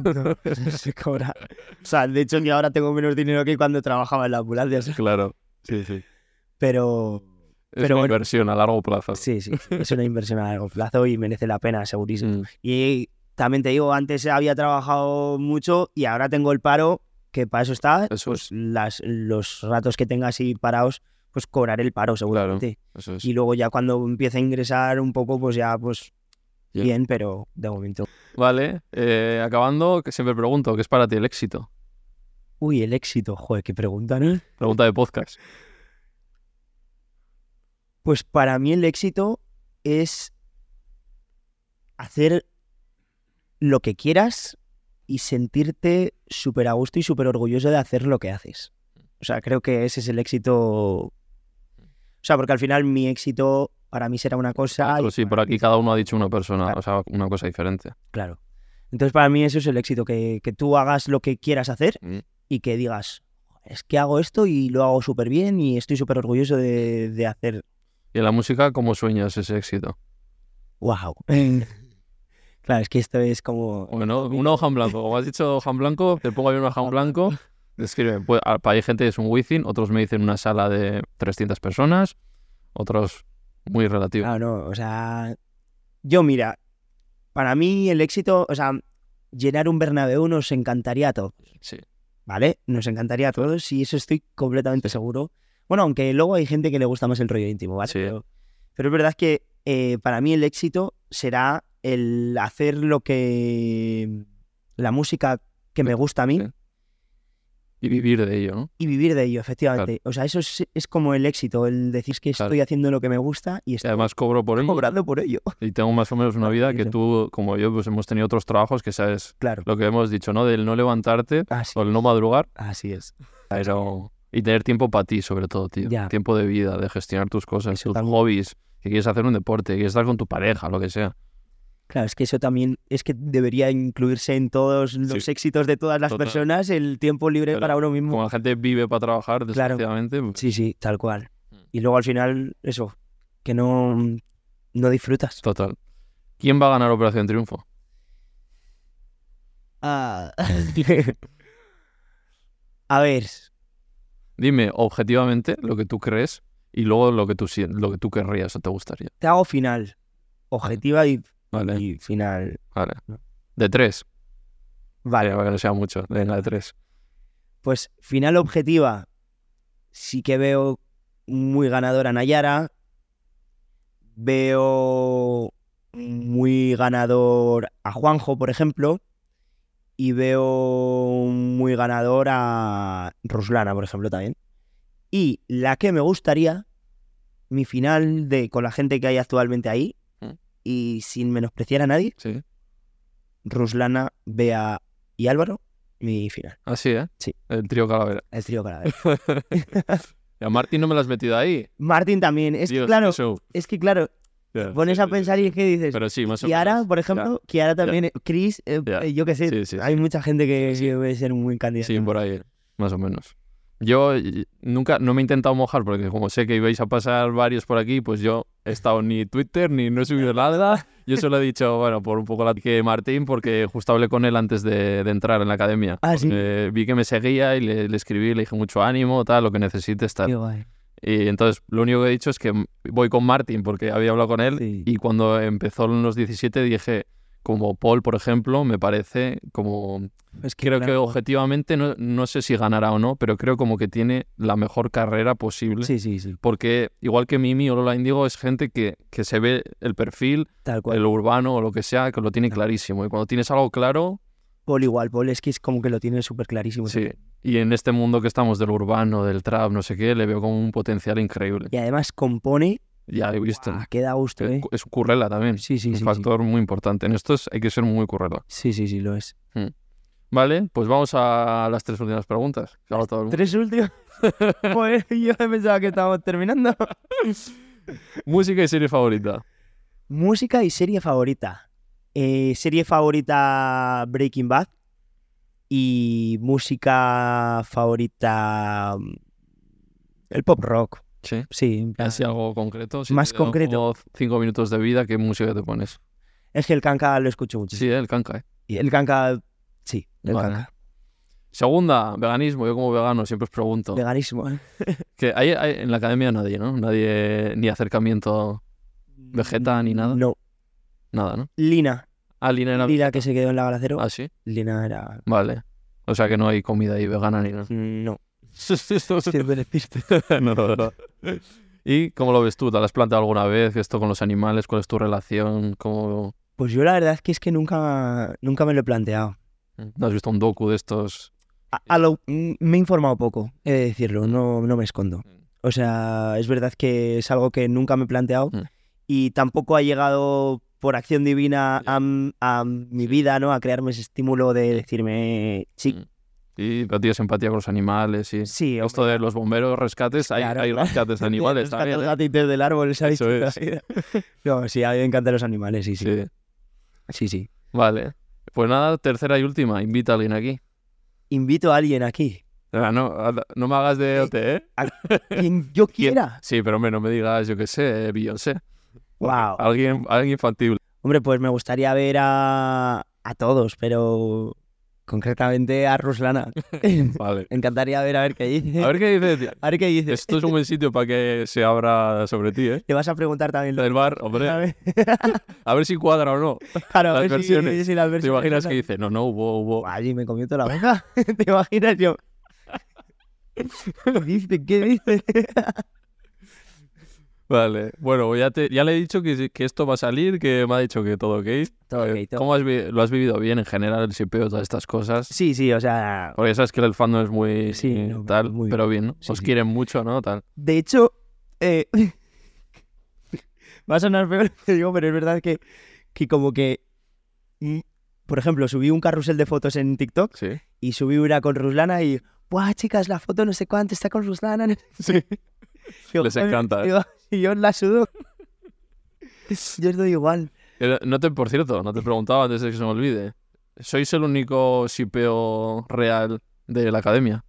A: se cobra. O sea, de hecho, ni ahora tengo menos dinero que cuando trabajaba en la ambulancia. o sea,
B: claro. Sí, sí.
A: Pero
B: Es
A: Pero
B: una
A: bueno.
B: inversión a largo plazo.
A: sí, sí, es una inversión a largo plazo y merece la pena, segurísimo.
B: Mm.
A: Y también te digo, antes había trabajado mucho y ahora tengo el paro, que para eso está.
B: Eso
A: pues
B: es,
A: las, los ratos que tenga así parados, pues cobrar el paro seguramente.
B: eso es.
A: Y luego ya cuando empiece a ingresar un poco, pues ya, pues
B: Ya.
A: bien, pero de momento.
B: Vale, eh, acabando, que siempre pregunto, ¿qué es para ti el éxito?
A: Uy, el éxito, joder, qué pregunta, ¿no?
B: Pregunta de podcast.
A: Pues para mí el éxito es hacer lo que quieras y sentirte súper a gusto y súper orgulloso de hacer lo que haces. O sea, creo que ese es el éxito. O sea, porque al final mi éxito para mí será una cosa. y
B: Pues sí,
A: para
B: por
A: ti
B: aquí cada uno ha dicho una persona,
A: Claro.
B: o sea, una cosa diferente.
A: Claro. Entonces, para mí eso es el éxito, que, que tú hagas lo que quieras hacer
B: Mm.
A: y que digas, es que hago esto y lo hago súper bien y estoy súper orgulloso de, de hacer.
B: Y en la música, ¿cómo sueñas ese éxito?
A: ¡Wow! claro, es que esto es como...
B: Bueno, una hoja en blanco. Como has dicho hoja en blanco, te pongo ahí una hoja en blanco. Describe. Pues, a- para hay gente es un within, otros me dicen una sala de 300 personas, otros muy relativo.
A: Claro, no, o sea... Yo, mira, para mí el éxito, o sea, llenar un Bernabéu nos encantaría a todos,
B: Sí.
A: ¿vale? Nos encantaría a todos y eso estoy completamente seguro. Bueno, aunque luego hay gente que le gusta más el rollo íntimo, ¿vale?
B: Sí.
A: Pero, pero es verdad que eh, para mí el éxito será el hacer lo que... la música que me gusta a mí
B: Sí. Y vivir de ello, ¿no?
A: y vivir de ello, efectivamente. O sea, eso es, es como el éxito, el decir que
B: Claro.
A: estoy haciendo lo que me gusta y
B: Y
A: estoy
B: además cobro por ello.
A: cobrando por ello.
B: Y tengo más o menos
A: Ah,
B: una vida que tú, como yo, pues hemos tenido otros trabajos que sabes
A: Claro.
B: lo que hemos dicho, ¿no? Del no levantarte
A: Así,
B: o el no madrugar.
A: así es.
B: Pero... Y tener tiempo para ti, sobre todo, tío.
A: Ya.
B: Tiempo de vida, de gestionar tus cosas,
A: Eso
B: tus
A: también.
B: hobbies, que quieres hacer un deporte, que quieres estar con tu pareja, lo que sea.
A: Claro, es que eso también es que debería incluirse en todos los éxitos de todas las
B: Total.
A: personas el tiempo libre
B: Claro.
A: para uno mismo.
B: Como la gente vive para trabajar,
A: Claro.
B: desgraciadamente, pues,
A: Sí, sí, tal cual.
B: Mm.
A: Y luego al final, eso, que no, no disfrutas.
B: total. ¿Quién va a ganar Operación Triunfo?
A: A ver,
B: Dime objetivamente lo que tú crees y luego lo que tú, sien- lo que tú querrías o te gustaría.
A: te hago final. Objetiva y,
B: Vale,
A: y final.
B: vale. De tres. Vale,
A: Vale,
B: para que no sea mucho. Venga, de tres.
A: pues final objetiva. Sí que veo muy ganadora Nayara. Veo muy ganador a Juanjo, por ejemplo. Y veo muy ganador a Ruslana, por ejemplo, también. Y la que me gustaría, mi final de con la gente que hay actualmente ahí,
B: ¿Mm?
A: y sin menospreciar a nadie,
B: Sí.
A: Ruslana, Bea y Álvaro, mi final.
B: Así, ¿eh?
A: Sí.
B: El trío calavera.
A: El trío calavera.
B: Y a Martín no me lo has metido ahí.
A: Martín también. Es que,
B: Dios,
A: claro,
B: eso.
A: es que claro,
B: Ya,
A: pones
B: sí,
A: a
B: sí,
A: pensar
B: sí.
A: y es que dices,
B: Pero sí, más o
A: Kiara,
B: menos.
A: por ejemplo, Kiara también, eh, Chris, eh,
B: Ya.
A: eh, yo qué sé,
B: Sí, sí,
A: hay mucha gente que que debe ser muy
B: Ya.
A: candidata.
B: Sí, por ahí, más o menos. Yo y- nunca, no me he intentado mojar porque como sé que ibais a pasar varios por aquí, pues yo he estado ni Twitter ni no he subido nada. Yo solo he dicho, bueno, por un poco la que Martín, porque justo hablé con él antes de, de entrar en la academia.
A: Ah, sí.
B: Porque vi que me seguía y le, le escribí, le dije mucho ánimo, tal, lo que necesites, tal.
A: Qué guay.
B: Y entonces lo único que he dicho es que voy con Martín porque había hablado con él
A: Sí.
B: y cuando empezó en los 17 dije, como Paul, por ejemplo, me parece como...
A: Es que,
B: Creo que
A: claro,
B: objetivamente no, no sé si ganará o no, pero creo como que tiene la mejor carrera posible.
A: Sí, sí, sí,
B: Porque igual que Mimi o Lola Indigo es gente que, que se ve el perfil,
A: tal cual.
B: el urbano o lo que sea, que lo tiene clarísimo. Y cuando tienes algo claro,
A: Paul igual, Paul es que es como que lo tiene súper clarísimo.
B: sí. Y en este mundo que estamos del urbano, del trap, no sé qué, le veo como un potencial increíble.
A: Y además compone,
B: Ya he visto.
A: ah, queda gusto, ¿eh?
B: Es un currela también.
A: Sí, sí, sí,
B: un
A: sí.
B: factor muy importante. En estos hay que ser muy currela.
A: Sí, sí, sí, lo es.
B: Vale, pues vamos a las tres últimas preguntas. Claro, todo el mundo.
A: Tres últimos. Joder, yo pensaba que estábamos terminando.
B: Música y serie favorita.
A: Música y serie favorita. Eh, serie favorita Breaking Bad. Y música favorita. mm, El pop rock.
B: Sí.
A: Sí. en plan-
B: Casi algo concreto. Si
A: Más
B: te dan
A: concreto.
B: como Cinco minutos de vida, ¿qué música te pones?
A: Es que el canca lo escucho mucho.
B: Sí, eh, el canca, ¿eh?
A: Y El canca. Sí, el
B: Vale.
A: canca.
B: Segunda, veganismo. Yo como vegano siempre os pregunto.
A: Veganismo. ¿eh?
B: Que hay, hay- en la academia nadie, ¿no? Nadie, ni acercamiento vegeta ni nada.
A: No.
B: Nada, ¿no?
A: Lina.
B: Ah, Lina era-
A: Lina que se quedó en la balacero.
B: Ah, sí.
A: Lina era. mm,
B: Vale. O sea que no hay comida ahí vegana ni nada.
A: No.
B: Siempre no, no, no. ¿Y cómo lo ves tú? ¿Te lo has planteado alguna vez esto con los animales? ¿Cuál es tu relación? ¿Cómo...
A: Pues yo la verdad es que es que nunca, nunca me lo he planteado.
B: ¿No has visto un docu de estos?
A: A- a lo- mm, me he informado poco, he de decirlo, no, no me escondo.
B: Mm.
A: O sea, es verdad que es algo que nunca me he planteado
B: Mm.
A: y tampoco ha llegado por acción divina a, m- a mi vida, ¿no? A crearme ese estímulo de decirme, sí,
B: Mm. ¿Y pero tienes empatía con los animales? Y...
A: sí, hombre,
B: Esto de los bomberos, rescates, hay,
A: Claro,
B: hay
A: claro.
B: rescates de animales
A: rescata
B: también. ¿eh?
A: los gatitos del árbol, ¿sabes?
B: Eso es.
A: No, sí, a mí me encantan los animales, sí, sí.
B: Sí.
A: Sí, sí.
B: Vale. Pues nada, tercera y última. Invita a alguien aquí.
A: Invito a alguien aquí,
B: Ah, No, ah, no me hagas de OT, ¿eh?
A: quien yo
B: ¿Quién?
A: quiera.
B: Sí, pero hombre, no me digas, yo qué sé, Beyoncé.
A: Wow.
B: Alguien, alguien infantil.
A: Hombre, pues me gustaría ver a, a todos, pero concretamente a Ruslana. me
B: Vale.
A: encantaría ver a ver qué dice.
B: A ver qué dice. tía.
A: A ver qué dice.
B: Esto es un buen sitio para que se abra sobre ti, ¿eh?
A: Le vas a preguntar también lo
B: Del bar,
A: a
B: hombre.
A: ver-
B: A ver si cuadra o no.
A: claro, a
B: las
A: ver si-
B: versiones.
A: si las
B: ¿Te
A: versiones
B: imaginas
A: son-
B: que dice? No, no, hubo, hubo.
A: Allí me comió toda la boca. ¿Te imaginas yo? ¿Qué dice? ¿Qué dice?
B: Vale. Bueno, pues ya, te, ya le he dicho que, que esto va a salir, que me ha dicho que todo ok.
A: Todo
B: Eh,
A: ok, todo.
B: ¿Cómo has vi- lo has vivido bien en general, el shipeo, todas estas cosas?
A: Sí, sí, o sea.
B: Porque sabes que el fandom es muy
A: Sí,
B: eh,
A: no,
B: tal,
A: muy-
B: pero bien, ¿no?
A: sí,
B: Os
A: sí.
B: quieren mucho, ¿no? Tal.
A: De hecho, eh, va a sonar peor lo que digo, pero es verdad que, que como que, mm, por ejemplo, subí un carrusel de fotos en TikTok
B: Sí.
A: y subí una con Ruslana y, ¡buah, chicas, la foto no sé cuánto está con Ruslana! no sé qué". Digo,
B: Les
A: "Joder",
B: encanta, ¿eh?
A: digo, y yo la sudo. Yo estoy igual.
B: Eh, No te, por cierto, no te preguntaba antes de que se me olvide. ¿Sois el único shipeo real de la academia?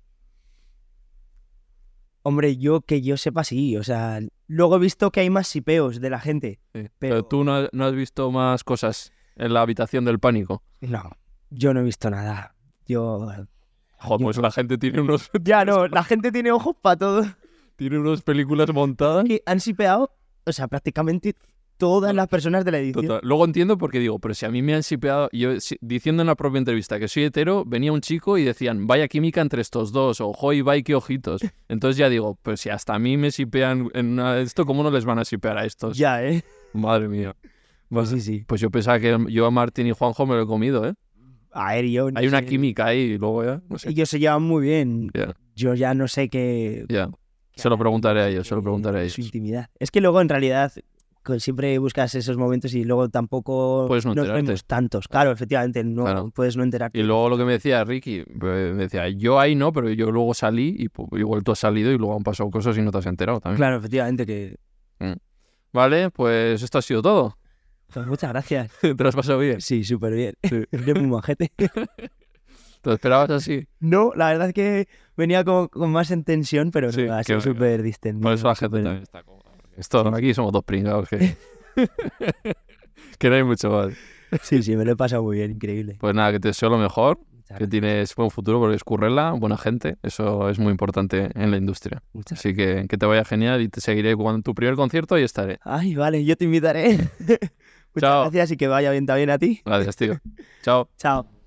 A: Hombre, yo que yo sepa sí, o sea, luego he visto que hay más sipeos de la gente.
B: Sí. Pero,
A: Pero-
B: tú no, no has visto más cosas en la habitación del pánico.
A: No, yo no he visto nada. Yo...
B: Joder,
A: Yo-
B: pues la gente tiene unos
A: Ya no, la gente tiene ojos para todo.
B: tiene unas películas montadas.
A: que han sipeado, o sea, prácticamente todas las personas de la edición.
B: Total. Luego entiendo porque digo, pero si a mí me han shipeado, yo si- diciendo en la propia entrevista que soy hetero, venía un chico y decían, vaya química entre estos dos, o joy, vaya qué ojitos. Entonces ya digo, pero si hasta a mí me shipean en una- esto, ¿cómo no les van a shipear a estos?
A: Ya, ¿eh?
B: Madre mía. Pues,
A: sí, sí.
B: pues yo pensaba que yo a Martín y Juanjo me lo he comido, ¿eh?
A: A ver, yo...
B: Hay una
A: sí,
B: química ahí y luego ya, no sé.
A: Ellos se llevan muy bien.
B: Ya.
A: Yo ya no sé qué...
B: Ya. Se lo preguntaré a ellos, se lo
A: qué-
B: preguntaré a
A: Su
B: ellos.
A: intimidad. Es que luego, en realidad, con- siempre buscas esos momentos y luego tampoco
B: Puedes no
A: nos
B: enterarte.
A: vemos tantos. Claro, efectivamente, no
B: Claro.
A: puedes no enterarte.
B: Y luego lo que me decía Ricky, eh, me decía, yo ahí no, pero yo luego salí y pu- igual tú has salido y luego han pasado cosas y no te has enterado también.
A: Claro, efectivamente que...
B: Vale, pues esto ha sido todo.
A: Pues muchas gracias.
B: Te lo has pasado bien.
A: Sí, súper bien. Eres muy majete.
B: Te lo esperabas así.
A: No, la verdad es que venía con, con más en tensión, pero
B: Sí,
A: no, ha sido
B: que-
A: súper distendido.
B: Por eso la gente
A: súper-
B: también está cómoda. Esto, aquí somos dos pringados que... que no hay mucho más.
A: Sí, sí, me lo he pasado muy bien, increíble.
B: Pues nada, que te deseo lo mejor,
A: Muchas
B: que
A: gracias.
B: tienes buen futuro porque es currela, buena gente. Eso es muy importante en la industria.
A: muchas
B: Así que que te vaya genial y te seguiré cuando tu primer concierto y estaré.
A: Ay, vale, yo te invitaré. Muchas
B: Chao.
A: gracias y que vaya bien también a ti.
B: Gracias, tío. Chao.
A: Chao.